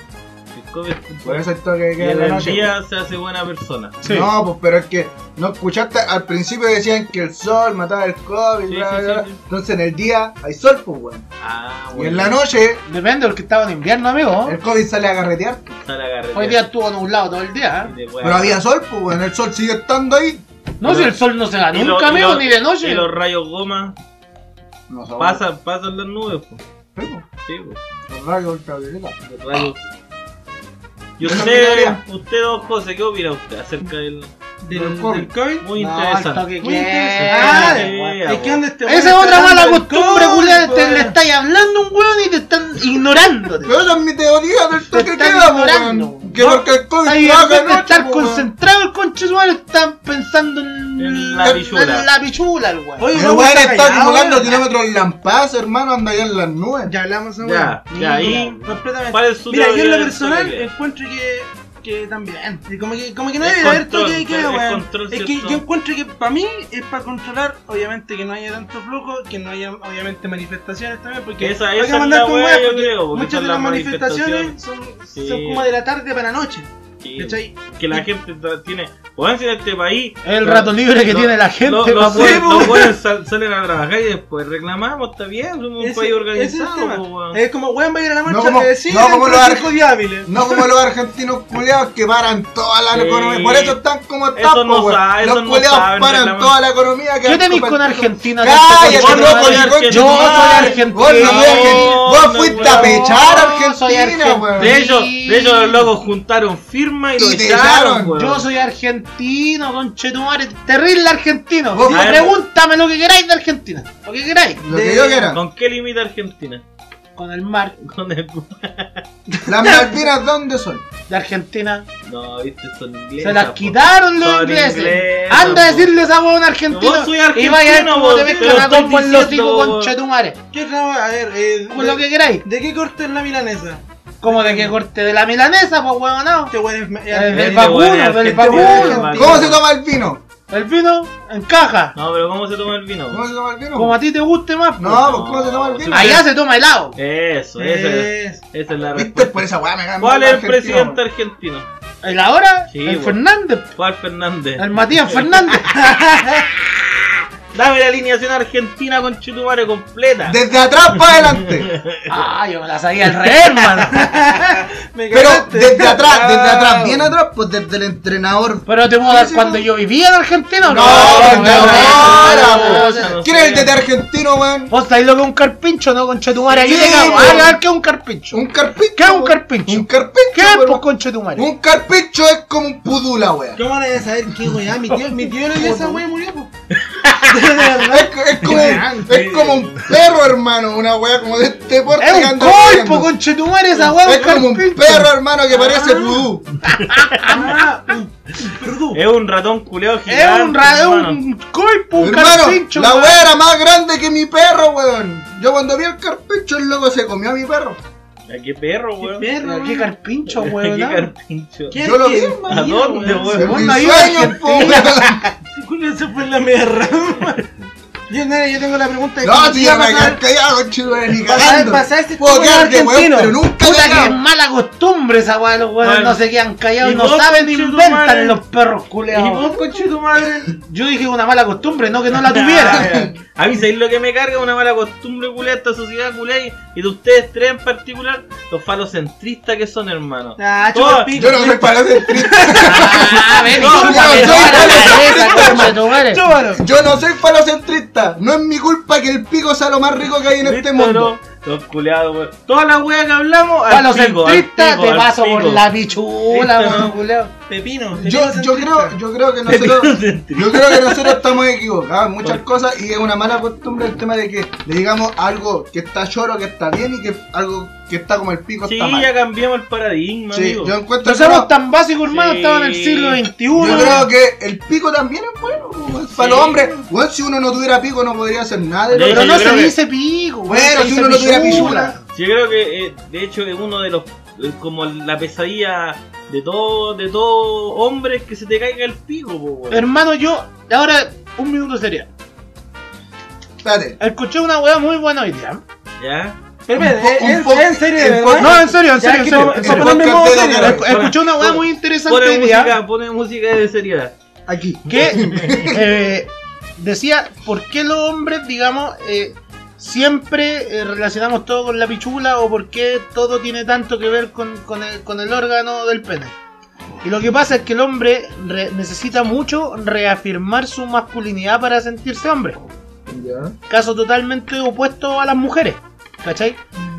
El COVID
Por eso el toque que
y
queda
en
de
el
noche.
día se hace buena persona.
Sí.
No, pues pero es que no escuchaste, al principio decían que el sol mataba el COVID,
Sí,
bla,
sí,
bla,
sí,
bla.
sí.
entonces en el día hay sol, pues weón.
Ah,
Y en la noche
Depende, porque estaba en invierno, amigo.
el COVID sale a carretear,
Sale a carretear.
Hoy día estuvo nublado todo el día. ¿eh?
Y te weas.
pero había sol, pues weón, el sol sigue estando ahí.
No, si el sol no se da
Y lo-
nunca,
y
amigo,
lo-
ni de
Y
noche.
los rayos goma
No se
pasan, pasan las nubes, po.
pues.
Sí, po. Los rayos. Y
Esa es mi
usted,
teoría.
usted, don José, ¿qué opina usted acerca del,
Del
¿Del,
COVID.
del COVID?
Muy
No,
interesante.
esto que
Muy
queda.
interesante.
Ah,
Ah,
Es que anda este
Esa es
weón
otra
esperando
mala
el
costumbre,
COVID,
culiao. Te
weón.
le estáis hablando a un weón y te están ignorando.
Pero esa es mi teoría del toque que
están
queda, po,
ignorando,
weón.
weón.
Que porque el COVID
Ahí en
trabaja
vez
de
de
noche,
estar
po, weón.
concentrado el conchesual, están pensando en,
En la pichula.
en la pichula, el weón.
Oye,
El
weón,
weón
está
está
callado,
acumulando
weón.
kilómetros en Lampaz, hermano, anda allá en las nubes.
Ya hablamos esa
Ya,
weón.
ya, ahí-
Mira, completamente.
¿Cuál es su
Mira, yo
teoría
en lo
del
personal
toque de queda?
encuentro que, que también. Y Como que, como que no
Es
debe haber
control,
toque de queda,
es
weón.
control,
Es que
¿cierto?
yo encuentro que para mí es para controlar, obviamente, que no haya tanto flujo, que no haya, obviamente, manifestaciones también. Porque
Esa-
hay
esa
que
es
mandar
la
con
wea,
weas,
yo
porque
creo, porque
Muchas
son
de las
las
manifestaciones son,
Sí.
son como de la tarde para la noche.
Sí,
¿Cachai?
Que la gente tra- tiene. Pueden en este país.
El rato libre que
lo-
tiene la gente,
lo-
pa'
Los
poder-
buenos los buenos sal- salen a trabajar y después reclamamos, está bien, somos un
Ese-
país
ese
organizado.
es el tema. Eh,
po, weón.
Es como, weón, va a ir a la marcha
como-
de decir
no como los
cinco días hábiles.
No como los argentinos culeados que paran toda la
Sí.
economía. Por eso están como están,
Eso no
po, weón.
sabe, eso
Los
no
culeados
saben
paran
reclamar.
toda la economía. que
¿Qué
han
tenéis
copa-
con Argentina?
¡Cállate,
Vos no
loco,
soy
de concha
argentino.
tu
Yo
madre!
soy argentino.
Vos no soy argentino.
No,
Vos fuiste a
no,
pechar a
no, soy
Argentina,
argentino.
weón.
De hecho, de hecho los locos juntaron firma y lo
Y te
echaron,
echaron.
weón.
Yo soy argentino, conchetumare, terrible argentino.
Vos-
Sí,
A ver.
pregúntame lo que queráis de Argentina, lo que queráis.
Lo que yo quiera.
¿Con qué limita Argentina?
Con el mar
Con el-
Las Malvinas, ¿dónde son?
de Argentina,
No, viste, son ingleses.
se las
po.
quitaron los
Son
ingleses.
inglesas,
Anda a
po.
decirle esa hueá a un argentino.
Vos soy
y vaya a ver
argentino,
cómo
vos,
te
te
pescan
lo
a
estoy
combo en los
diciendo,
hocico,
vos.
conchetumare.
¿Qué traba? A ver, eh,
Con
de-
lo que queráis.
¿De qué corte es la milanesa?
Como de que corte de la milanesa, pues huevonao.
Este weón es.
El
Este
del
weón
vacuno,
es
del
argentino,
vacuno.
hermano.
¿Cómo se toma el vino?
El vino en caja,
No, pero ¿cómo se toma el vino?
¿Cómo
weón?
se toma el vino?
como a ti te guste más.
No,
pues.
pues ¿cómo se toma el vino?
Allá se toma helado.
Eso, esa,
Es-
esa es la
¿Viste?
respuesta.
Por esa weá me cae
¿Cuál
mal
es el
argentino,
presidente
weón.
argentino?
¿El ahora?
Sí,
el
bueno.
Fernández.
Juan Fernández.
El Matías Fernández.
Dame la alineación argentina con Chutumare completa.
Desde atrás para adelante.
ah, yo me la sabía al revés, hermano.
Me
Pero
cagaste.
desde atrás, desde atrás,
Ah.
bien atrás, pues desde el entrenador.
Pero te puedo dar cuando yo vivía en Argentina o no.
No,
no,
desde ahora,
no,
po.
no, no,
¿Quién
no,
es el
no.
DT argentino, weón?
Vos sabés lo que es un carpincho, ¿no? Concha tu madre.
Sí,
Ayúdame
weón.
a ver qué es un carpincho.
Un carpincho.
¿Qué es un
weón?
carpincho?
Un carpincho.
¿Qué es,
weón.
pues, concha tu madre?
Un carpincho es como un pudula, weón.
¿Cómo le voy a saber qué weá? Mi tío, mi tío era de esa weá murió, po.
Es, es como, es como un perro, hermano. Una weá como de este porte. que
Es un
anda
colpo,
corriendo.
concha tu madre, esa weá.
Es como un perro, hermano, que parece vudú.
Ah, un perdú.
Es un ratón culeo gigante.
Es un ra- es
hermano.
un colpo, un carpincho.
Hermano, la
weón.
weá era más grande que mi perro, weón. Yo cuando vi el carpincho, el loco se comió a mi perro.
¿A qué perro, weón?
perro,
Pero Qué
weón. ¿ah?
carpincho,
¿A
weón.
qué
¿no?
carpincho?
¿Qué
Yo lo vi,
es?
¿A
Mira,
dónde,
Se
weón?
Según
mis
la vida
sueños, po,
argentina.
weón.
Julio se fue en la mierda. Yo, nene, yo tengo la pregunta de
No,
cómo
tío,
va a
me
pasar-
quedé callado, chido, ni
Pasar-
cagando.
pasar este
Puedo
chico
quedar de weón,
argentino.
pero nunca
Puta que es
cagado.
mala costumbre esa weá, los weones
Bueno.
no se quedan callados,
Y
no
vos,
saben ni
conche tu
inventan
madre.
en los perros
Y
culeados.
vos, conche tu madre.
Yo dije una mala costumbre, no que no la tuviera.
A mí, ¿sabéis lo que me carga? Una mala costumbre culea esta sociedad culea y- y de ustedes tres en particular, los falocentristas que son, hermano.
Ah,
Todo-
chupa el pico.
Yo no soy para ser triste.
Ah, a ver,
No,
discúlpame,
no,
me
no,
toca
no,
la
no,
cabeza, concha tu madre.
Chúpalo.
Yo no soy falocentrista. No es mi culpa que el pico sea lo más rico que hay en este
¿Viste,
mundo.
no? Los culeados, weón. Toda la wea que hablamos, al pico, al
Falocentristas
pico,
te
al
paso
pico.
por la pichula,
Listo,
weón,
¿no?
culeado.
Pepino.
Yo,
pepino
yo
centrista.
creo, yo creo que nosotros, yo creo que nosotros estamos equivocados en muchas cosas y es una mala costumbre el tema de que le digamos algo que está lloro, que está bien y que algo que está como el pico
Sí,
está mal.
ya cambiamos el paradigma,
Sí,
amigo.
yo encuentro
No
que no.
somos tan básicos, hermano,
Sí.
estamos en el siglo XXI.
Yo creo que el pico también es bueno, pues, weón. para los hombres. Weón, si uno no tuviera pico no podría hacer nada.
De
Pero no
hecho, yo
se
creo que-
dice pico, weón,
bueno,
se
si
dice
uno no tuviera pichula.
Yo creo que, eh, de hecho, es uno de los. eh, como la pesadilla de todo, de todo hombre es que se te caiga el pico, po, weón.
Hermano, yo, ahora, un minuto sería.
Espérate.
Escuché una weá muy buena hoy día.
¿Ya?
Pero,
Un po-
espera,
un
¿es-
po-
es en serio,
el
de
po-
verdad?
No, en serio, en
Ya,
serio, en
que
serio.
po-
en
El
serio.
ponme en modo
podcast de
serio.
Docker.
Escuché una weá muy interesante
Pone
hoy día
música, pone música de seriedad.
Aquí.
que eh, decía, ¿por qué los hombres, digamos, eh, siempre eh, relacionamos todo con la pichula o por qué todo tiene tanto que ver con, con el, con el órgano del pene? Y lo que pasa es que el hombre re- necesita mucho reafirmar su masculinidad para sentirse hombre.
Ya.
caso totalmente opuesto a las mujeres. ¿Cachai?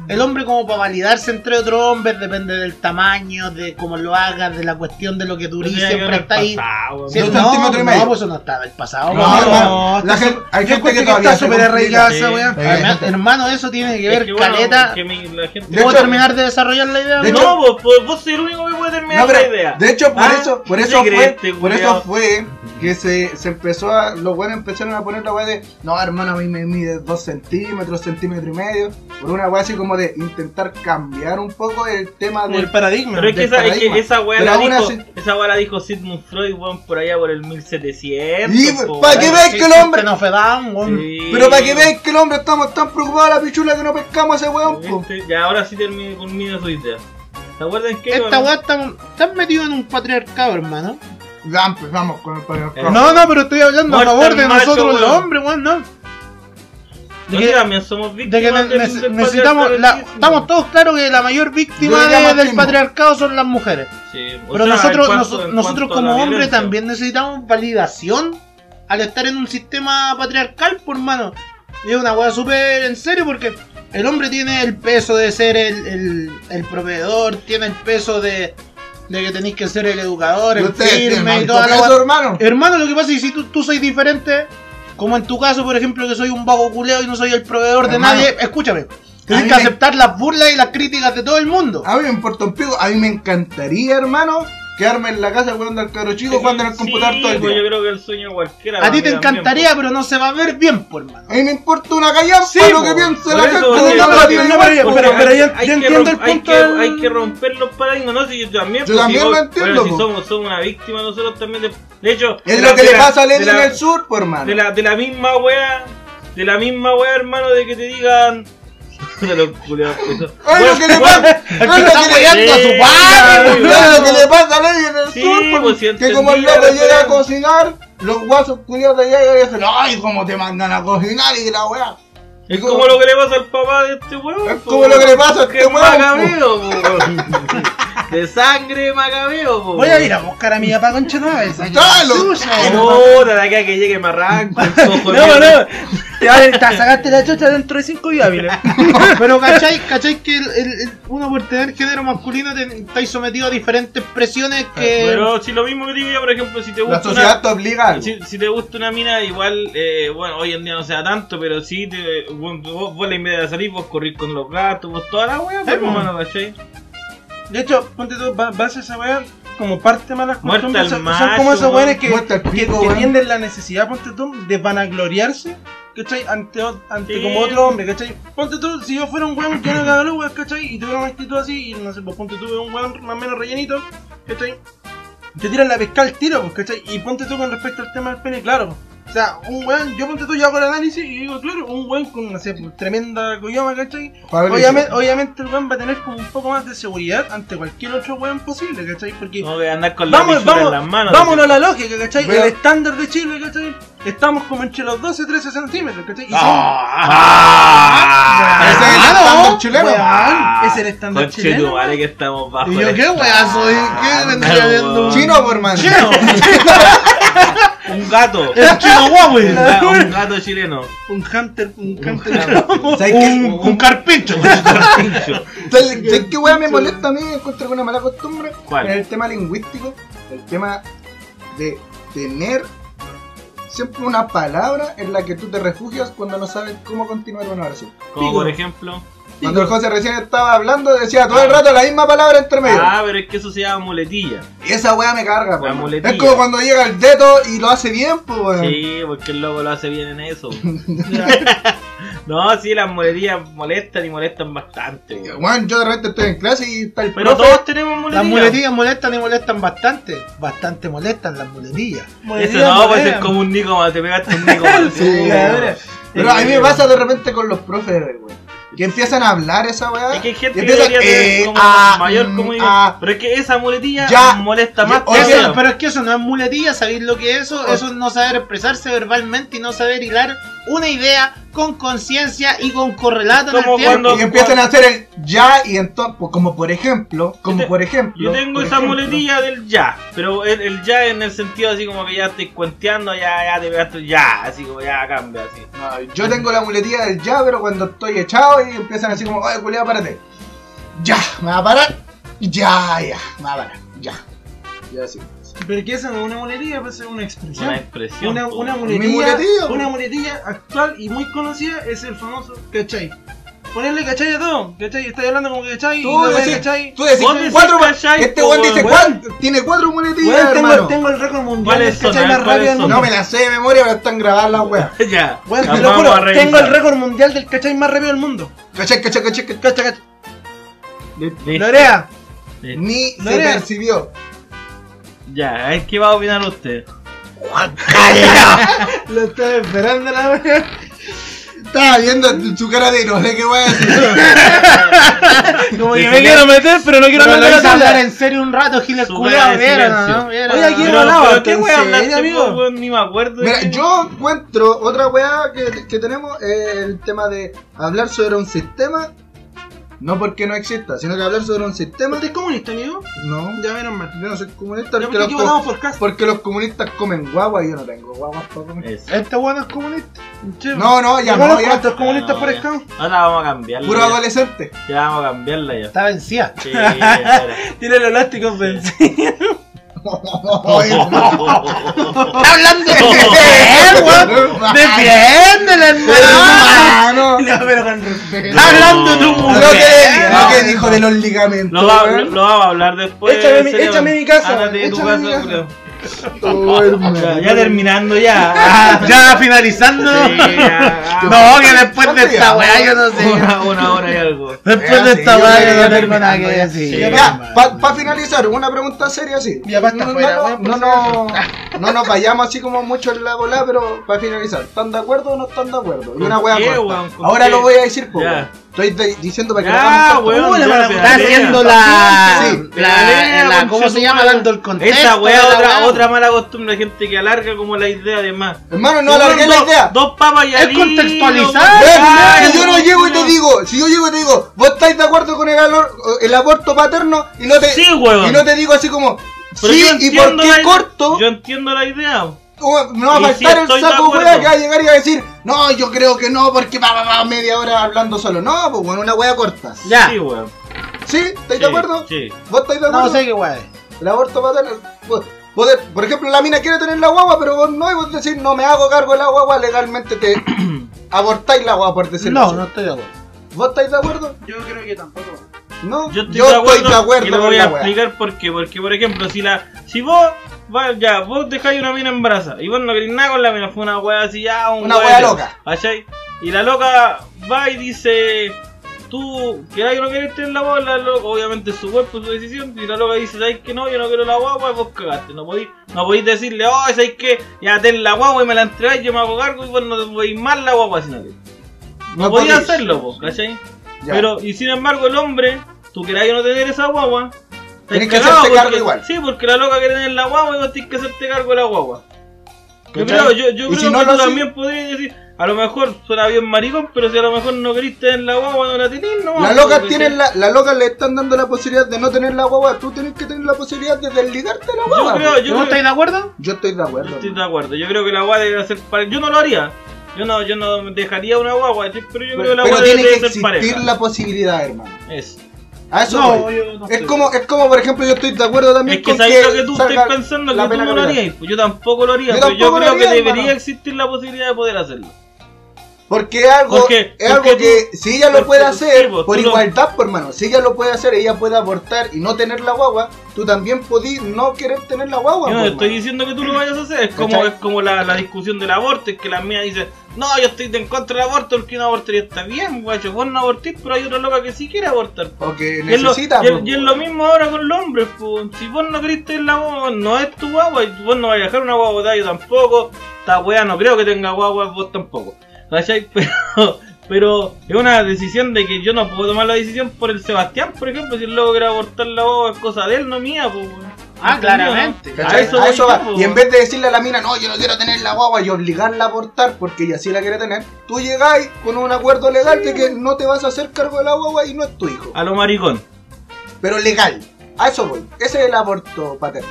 El hombre como para validarse entre otros hombres depende del tamaño, de cómo lo hagas, de la cuestión de lo que dure,
Tenía que
siempre
haber
está ahí.
pasado, weón.
Si no,
De un centímetro y medio.
no, pues eso no está del pasado.
No,
weón.
hermano, la
está
gente- hay gente
yo
que
encuentro
todavía
está
se
súper
complica.
arraigada esa
Sí.
weá.
Sí.
Herma- hermano, eso tiene que ver
Es que, bueno,
caleta.
que mi- la gente-
De
¿Puedo
hecho-
terminar de desarrollar la idea?
de
weón?
hecho-
No, vos, vos, vos sois el único que puede terminar
No,
la
pero,
idea.
de hecho, por
Ah,
eso, por
¿qué
eso
crees,
fue,
este
por
culiao?
eso fue que se, se empezó a, los buenos empezaron a poner la weá de, no hermano, a mí me mide dos centímetros, centímetro y medio, por una weá así como de intentar cambiar un poco el tema
El
del
paradigma.
Pero es que
del
esa, es que
paradigma.
esa weá
Pero
la
aún
dijo,
así-
esa weá la dijo Sigmund Freud, weón, por allá por el 1700.
Y,
po,
¿para qué
weón.
veis que el hombre?
Xenofedán, weón.
Sí.
Pero para que veáis que el hombre estamos tan preocupados de la pichula que no pescamos a ese weón, pues. po.
¿Viste? Ya, ahora sí termine conmigo su idea. ¿Se acuerdan que
Esta weá está, está metido en un patriarcado, hermano.
Ya empezamos
Eh,
con el patriarcado.
No.
No, no, pero estoy hablando a
Muerta
favor de
el macho,
nosotros los
weón.
hombres, weón, no. de que-
Nosotros también somos
De que
víctimas
ne-
del-
nece-
del
necesitamos. la-
patriarcalismo.
estamos todos claros que la mayor víctima
Debería
de-
más
del
tiempo.
patriarcado son las mujeres.
Sí, o
Pero
sea,
nosotros,
en
noso-
cuanto- en
nosotros
cuanto a la
como hombres
violencia.
también necesitamos validación al estar en un sistema patriarcal, por mano. Y es una weá súper en serio porque el hombre tiene el peso de ser el, el- el proveedor, tiene el peso de, de que tenéis que ser el educador,
Y
el
ustedes tienen
firme y
alto
toda la
peso,
weá.
hermano.
Hermano, lo que pasa es que si tú, tú sois diferente, como en tu caso, por ejemplo, que soy un vago culeo y no soy el proveedor de
Hermano,
nadie, escúchame.
a
Tienes
mí
que
me-
aceptar las burlas y las críticas de todo el mundo.
A mí me importa un pico, a mí me encantaría, hermano, quedarme en la casa jugando al cabro chico, jugando en el
Sí,
computador todo el
pues, Yo
día.
creo que el sueño de
Ah,
cualquiera.
A ti te
también,
encantaría, pero no se va a ver bien, por hermano.
A mí me importa una callada
Sí,
por lo
po.
que piense
pues, Por
la
eso,
gente.
sí,
no,
no,
la
pero-
tiene
pero-
igual, po.
pero- pero- yo-
Hay
yo
que
entiendo
rom-
el
hay
punto
que-
del-
Hay que romper los paradigmas, ¿no? Si yo también.
Yo
pues,
también
si
lo
vos-
entiendo,
bueno, si
po.
somos, somos una víctima nosotros también. De, de hecho.
Es
de
lo
la-
que
de
le
la-
pasa a
de
Lenin en
la-
el sur, por
De
hermano.
la, de la misma wea. De la misma wea, hermano, de que te digan. De los culeados.
Es lo que le pasa. Es lo que le
Sí,
pasa.
claro,
Es lo que le pasa a Lenin en
pues, si pues.
que como el
entendía
loco
la
llega a
weá.
cocinar, los guasos culiados de allá y dicen, ay, cómo te mandan a cocinar y que la weá.
Es como lo que le pasa al papá de este huevo.
Es como lo que le pasa a este
es
hueón,
macabeo, po, weón. De sangre macabeo, po,
Voy a
weón.
ir a buscar a mi papá con Chenoves.
¡Tráelo!
Puta, de acá que llegue me arranco. el sojo
No,
de-
no. Te, vas- te sacaste la chucha dentro de 5 días, mira.
Pero ¿cachai, cachai que el- el- el- uno por tener género masculino te, estáis sometido a diferentes presiones que...
Pero si lo mismo que digo yo, por ejemplo, si te
La
gusta
sociedad
una,
te obliga a algo.
si, si te gusta una mina, igual, eh, bueno, hoy en día no sea tanto, pero sí, te, vos, vos, vos la invitas a salir, vos corrís con los gatos, vos toda la weá, pero
po.
hermano, ¿cachai?
De hecho, ponte tú, va- vas a esa weá como parte de malas
Muerta
costumbres.
al
Son,
macho,
son como esos weones que,
Muerta al
que-
pico,
que
weón.
tienden la necesidad, ponte tú, de vanagloriarse, ¿cachai? Ante, o- ante
Sí.
como otro hombre, ¿cachai? Ponte tú, si yo fuera un weón que no cagaba weón, ¿cachai? Y tuviera una actitud así, y no sé, pues ponte tú, un weón más o menos rellenito, ¿cachai? Te tiran la pesca al tiro, pues, ¿cachai? Y ponte tú con respecto al tema del pene, claro, pues. O sea, un weón, yo ponte tú, yo hago el análisis y digo, claro, un weón con, no sé, pues, tremenda coyoma, ¿cachai?
Fabricio.
Obviamente, obviamente el weón va a tener como un poco más de seguridad ante cualquier otro weón posible, ¿cachai? Porque
No voy a andar con la
vamos,
pichula
vamos,
en las manos.
vámonos a la lógica, ¿cachai?
Veo-
El estándar de Chile, ¿cachai? Estamos como entre los 12 y 13 centímetros, ¿cachai? Y
Ah,
Ese es el
Claro,
estándar chileno.
weón, es el estándar
Conche
chileno,
tu madre que estamos bajo.
Y yo,
el Ah,
¿qué weá soy? ¿Qué
estándar,
vendría viendo?
weón.
Chino, pues, por man.
Un gato.
¡Es chino guapo!
Un ga- un gato chileno.
un hunter, un hunter.
¿Sabes
Un,
qué?
un carpincho.
Pincho.
¿Sabes sabes qué weá me molesta a mí? Encuentro que una mala costumbre.
¿Cuál?
En el tema lingüístico, el tema de tener siempre una palabra en la que tú te refugias cuando no sabes cómo continuar una oración.
Como por ejemplo.
Cuando el José recién estaba hablando, decía todo el rato la misma palabra entre medio.
Ah, pero es que eso se llama muletilla.
Y esa weá me carga, po.
La muletilla.
Es como cuando llega el dedo y lo hace bien, pues, weón.
Sí, porque el loco lo hace bien en eso. no, sí, las muletillas molestan y molestan bastante. weón.
Weón, yo de repente estoy en clase y está el
Pero
profe.
todos tenemos
Las
muletillas.
muletillas molestan y molestan bastante. Bastante molestan las muletillas.
Eso no, pues es como un Nico, te pegaste un Nico.
Sí,
weón.
Pero a mí me pasa de repente con los profes, weón. Que empiezan a hablar esa weá.
Es que hay gente
y
que
empiezan,
debería tener
eh,
como
ah,
mayor
mm,
comunidad.
ah.
pero es que esa muletilla
Ya.
molesta más
Oye,
que otra.
Eso- pero es que eso no es muletilla, ¿sabéis lo que es eso? Eso es no saber expresarse verbalmente y no saber hilar una idea con conciencia y con correlato en el
Como
tiempo.
cuando-
Y empiezan a hacer el ya y entonces, pues, como por ejemplo, como
Yo te-
por ejemplo.
Yo tengo
por
esa
ejemplo,
muletilla del ya, pero el, el ya en el sentido así como que ya estoy cuenteando, ya, ya te pegaste un ya, así como ya cambia, así.
no, yo tengo la muletilla del ya, pero cuando estoy echado y empiezan así como, oye, culiao, párate. Ya, me va a parar. Ya, ya, me va a parar. Ya. Ya así.
Pero que esa no es una molería, pues es una expresión.
Una expresión.
Una,
po.
una
Mi
muletilla,
muletilla, po.
una muletilla actual y muy conocida es el famoso cachai. Ponerle cachai a todo, cachai, estás hablando como que cachai,
Tú
y la
decís-
cachai.
Tú decís,
Vos decís
cuatro mu-
cachai,
Este
po,
weón
weón.
dice,
Weón,
"¿Cuán- Tiene cuatro muletillas,
Weón,
hermano.
tengo, tengo el récord mundial
¿Cuáles
del
son,
cachai
eh?
más rápido
¿Cuáles
del
son?
No
mundo.
me la sé de memoria, pero están grabadas las weas.
ya.
Weón,
la
te lo
vamos
juro,
a revisar.
tengo el récord mundial del cachai más rápido del mundo.
Cachai, cachai, cachai, cachai.
Cacha, cacha.
Listo,
Lorea,
listo.
Ni
No
se
era-
percibió.
Ya, es que va a opinar usted.
lo estaba esperando la wea.
Estaba viendo tu- su cara de no sé qué weón.
Como
que
que
me
me quiero meter, pero no quiero
Pero
meter
lo hice
la
hablar
tabla.
en serio un rato, Giles
Su
culeado,
cara de
vieron,
silencio.
¿no? Vieron.
Oye, aquí
Pero,
hablaba,
pero ¿qué
entonces,
wea hablaste,
amigo?
po, weón? Ni me acuerdo.
Mira,
de-
yo encuentro otra weá que, que tenemos es el tema de hablar sobre un sistema. No porque no exista, sino que hablar sobre un sistema.
¿Usted es comunista, amigo?
No,
Ya menos mal.
yo no soy comunista
Ya
porque
me
los,
equivocamos
co-
por casa.
porque los comunistas comen guagua y yo no tengo guagua para comer.
Eso.
Este bueno es comunista.
Che,
No, no, ya
igual
no,
los
ya.
cuantos comunistas
No,
por
ya.
escamo.
Ahora vamos a cambiarla.
Puro
ya.
adolescente.
Ya vamos a cambiarla ya.
Está vencida.
Sí, espera.
Tiene el elástico vencido.
Oh,
Oye,
¡Está hablando de bien, weón! ¡Defiéndela, hermano!
hermano.
No, pero con respeto.
¡Está hablando de un
Lo que, lo que
mujer!
dijo de los ligamentos.
Lo, va,
weón.
lo, lo vamos a hablar después.
Échame mi-
Cerebro.
échame mi casa,
Ándate de tu
échame mi
casa,
casa.
culiao.
Oh,
Ya,
hermano.
ya terminando ya.
Ah, ya finalizando.
Sí, ya.
No, que después de esta weá yo no sé.
Una, una hora y algo.
Después de esta
Sí, Eh,
weá yo
yo creo que
no tengo nada que
terminando ya.
decir.
Sí.
Ya, para finalizar, una pregunta seria así.
Mi papá está
no,
fuera,
no,
weón, por
no, no, no nos vayamos así como mucho en la bola, pero para finalizar, ¿están de acuerdo o no están de acuerdo? Y
¿Con
una
qué,
wea corta.
weón? ¿Con
Ahora
qué?
lo voy a decir, po,
Ya.
weón. Estoy de- diciendo para que lo hagan
Ya,
corto.
weón.
¿Cómo
ya,
le van a
pedalea.
Está haciendo la.
Sí,
la,
pedalea,
la-
concha
¿Cómo
tu
se llama?
madre.
Dando el contexto.
Esa weá,
de la
otra,
weá.
otra mala costumbre, gente que alarga como la idea de más.
Hermano, no
Weón,
alargué la
dos-
idea.
Dos papas y
Es
aliño,
contextualizar,
weón.
Ven,
Ay,
si yo no
weón,
llego y te
culiao.
digo, si yo llego y te digo, vos estáis de acuerdo con el, alor- el aborto paterno y no te,
Sí, weón.
y no te digo así como,
Pero
sí,
yo
y
entiendo
por qué
la-
corto,
Yo entiendo la idea.
uh, no va a
y sí
faltar
estoy
el
de
saco
acuerdo.
wea que va a llegar y va a decir, no, yo creo que no, porque va, va, va, media hora hablando solo. No, pues bueno, una wea corta.
Ya.
Sí, weón.
¿Sí? ¿Estáis
Sí,
de acuerdo?
Sí.
¿Vos estáis de acuerdo?
No sé qué weá. es.
El aborto paterno. vos- vos de- por ejemplo, la mina quiere tener la guagua, pero vos no, y vos decís, no me hago cargo de la guagua, legalmente te abortáis la guagua, por decirlo
No,
así.
no estoy de acuerdo.
¿Vos estáis de acuerdo?
Yo creo que tampoco.
No,
Yo estoy de acuerdo, y lo
con
voy a
la wea.
explicar por qué. Porque, por ejemplo, si la si vos va- ya, vos dejáis una mina embarazada y vos no querés nada con la mina, fue una wea así ya, un
Una
hueá
wea
de-
loca.
¿cachai? Y la loca va y dice, tú queráis o no querés tener la guagua, la loca, obviamente es su cuerpo, su decisión, y la loca dice, ¿sabes que no? Yo no quiero la guagua, pues, vos cagaste, no podéis, no podéis decirle, oh, ¿sabes que Ya ten la guagua y me la entregáis, yo me hago cargo y vos no te podéis más la guagua, sino que. No,
No
podía
podéis.
hacerlo, po, ¿cachai?
Ya.
Pero, y sin embargo, el hombre, tú queráis o no tener esa guagua, estás
Tenés que
cagado
hacerte
porque-
cargo igual.
Sí, porque la loca quiere tener la guagua y vos tenés que hacerte cargo de la guagua.
¿Cachai?
Yo creo, yo, yo
Y
creo
si no lo
que tú
haces-
también podrías decir, a lo mejor suena bien maricón, pero si a lo mejor no querís tener la guagua, no la tenés, no.
La
¿cachai?
loca, tiene la, la loca le están dando la posibilidad de no tener la guagua, tú tienes que tener la posibilidad de desligarte de la
Yo
guagua.
creo,
po.
yo
¿No
creo-
estáis de acuerdo?
Yo estoy de acuerdo.
yo estoy de acuerdo. Yo creo que la guagua debe ser pareja. Yo no lo haría. Yo no, yo no dejaría una guagua, yo- pero yo creo que la
pero
guagua
tiene que
debe ser
existir
pareja.
la posibilidad, hermano.
Eso.
A eso
No,
voy.
yo no
es
estoy-
como, es como, por ejemplo, yo estoy de acuerdo también
Es que
con
sabes lo que tú
salga
estás pensando
la
que tú
pena
no lo
capital.
harías. Pues yo tampoco lo haría,
Yo
pero yo
tampoco lo
creo que
haría,
debería
hermano. Ah,
existir la posibilidad de poder hacerlo.
Porque es algo,
Porque-
es
porque
algo
tú-
que si ella lo
porque
puede
tú-
hacer
sí, vos,
por
tú lo-
igualdad, por hermano, si ella lo puede hacer, ella puede abortar y no tener la guagua, tú también podís no querer tener la guagua.
Yo no
por
te estoy
pues, hermano.
diciendo que tú lo vayas a hacer, es como,
¿Cachai?
es como la, la discusión del aborto, es que las mías dicen, no, yo estoy de en contra del aborto, el que no abortaría está bien, guacho, vos no abortís, pero hay otra loca que sí quiere abortar.
O que
Y es, lo,
necesita.
y es-
pues,
y es lo mismo ahora con los hombres, po. si vos no querés tener la guagua, no es tu guagua, y vos no vas a dejar una guagua botada, yo tampoco, esta weá no creo que tenga guagua, vos tampoco, ¿cachai? Pero, pero es una decisión de que yo no puedo tomar la decisión por el Sebastián, por ejemplo, si el loco quiere abortar la guagua es cosa de él, no mía, pues.
Ah, claramente.
¿Cachai?
A eso
A
voy
eso
yo,
va.
po.
Y en vez de decirle a la mina, no, yo no quiero tener la guagua y obligarla a abortar porque ella sí la quiere tener, tú llegáis con un acuerdo legal de que no te vas a hacer cargo de la guagua y no es tu hijo.
A lo maricón.
Pero legal. A eso voy. Ese es el aborto paterno.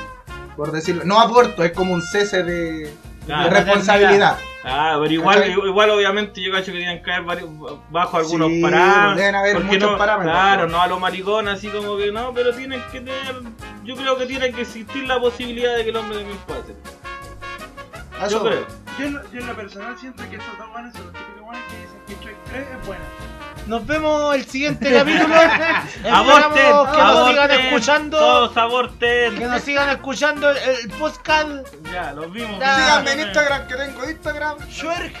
Por decirlo. No aborto, es como un cese de,
Ah,
de responsabilidad.
Ah, pero igual,
¿Cachai?
igual obviamente yo cacho que tienen que caer varios- bajo algunos
Sí,
parámetros.
deben haber
porque
muchos
no,
parámetros.
Claro, no a lo maricón así como que no, pero tienen que tener, yo creo que tiene que existir la posibilidad de que el hombre también pueda hacer.
A eso
Yo
voy.
creo.
Yo, en lo- yo en lo personal siento que esos dos buenos son los típicos buenos que dicen que Shrek 3 es buena.
Nos vemos el siguiente capítulo. Esperamos
Aborten,
que nos sigan
aborten,
escuchando.
Todos aborten.
Que nos sigan escuchando el, el podcast.
Ya, los vimos.
Ya.
Síganme en Instagram, que tengo Instagram.
Shrek.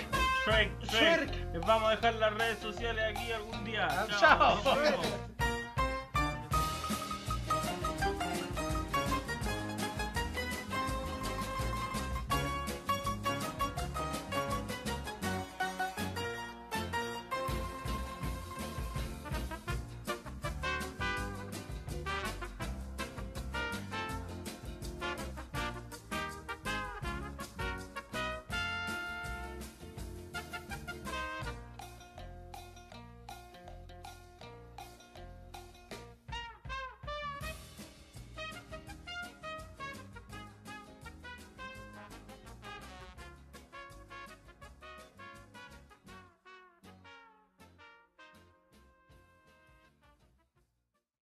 Shrek, Shrek. Les vamos a dejar las redes sociales aquí algún día.
Chao.
nos vemos.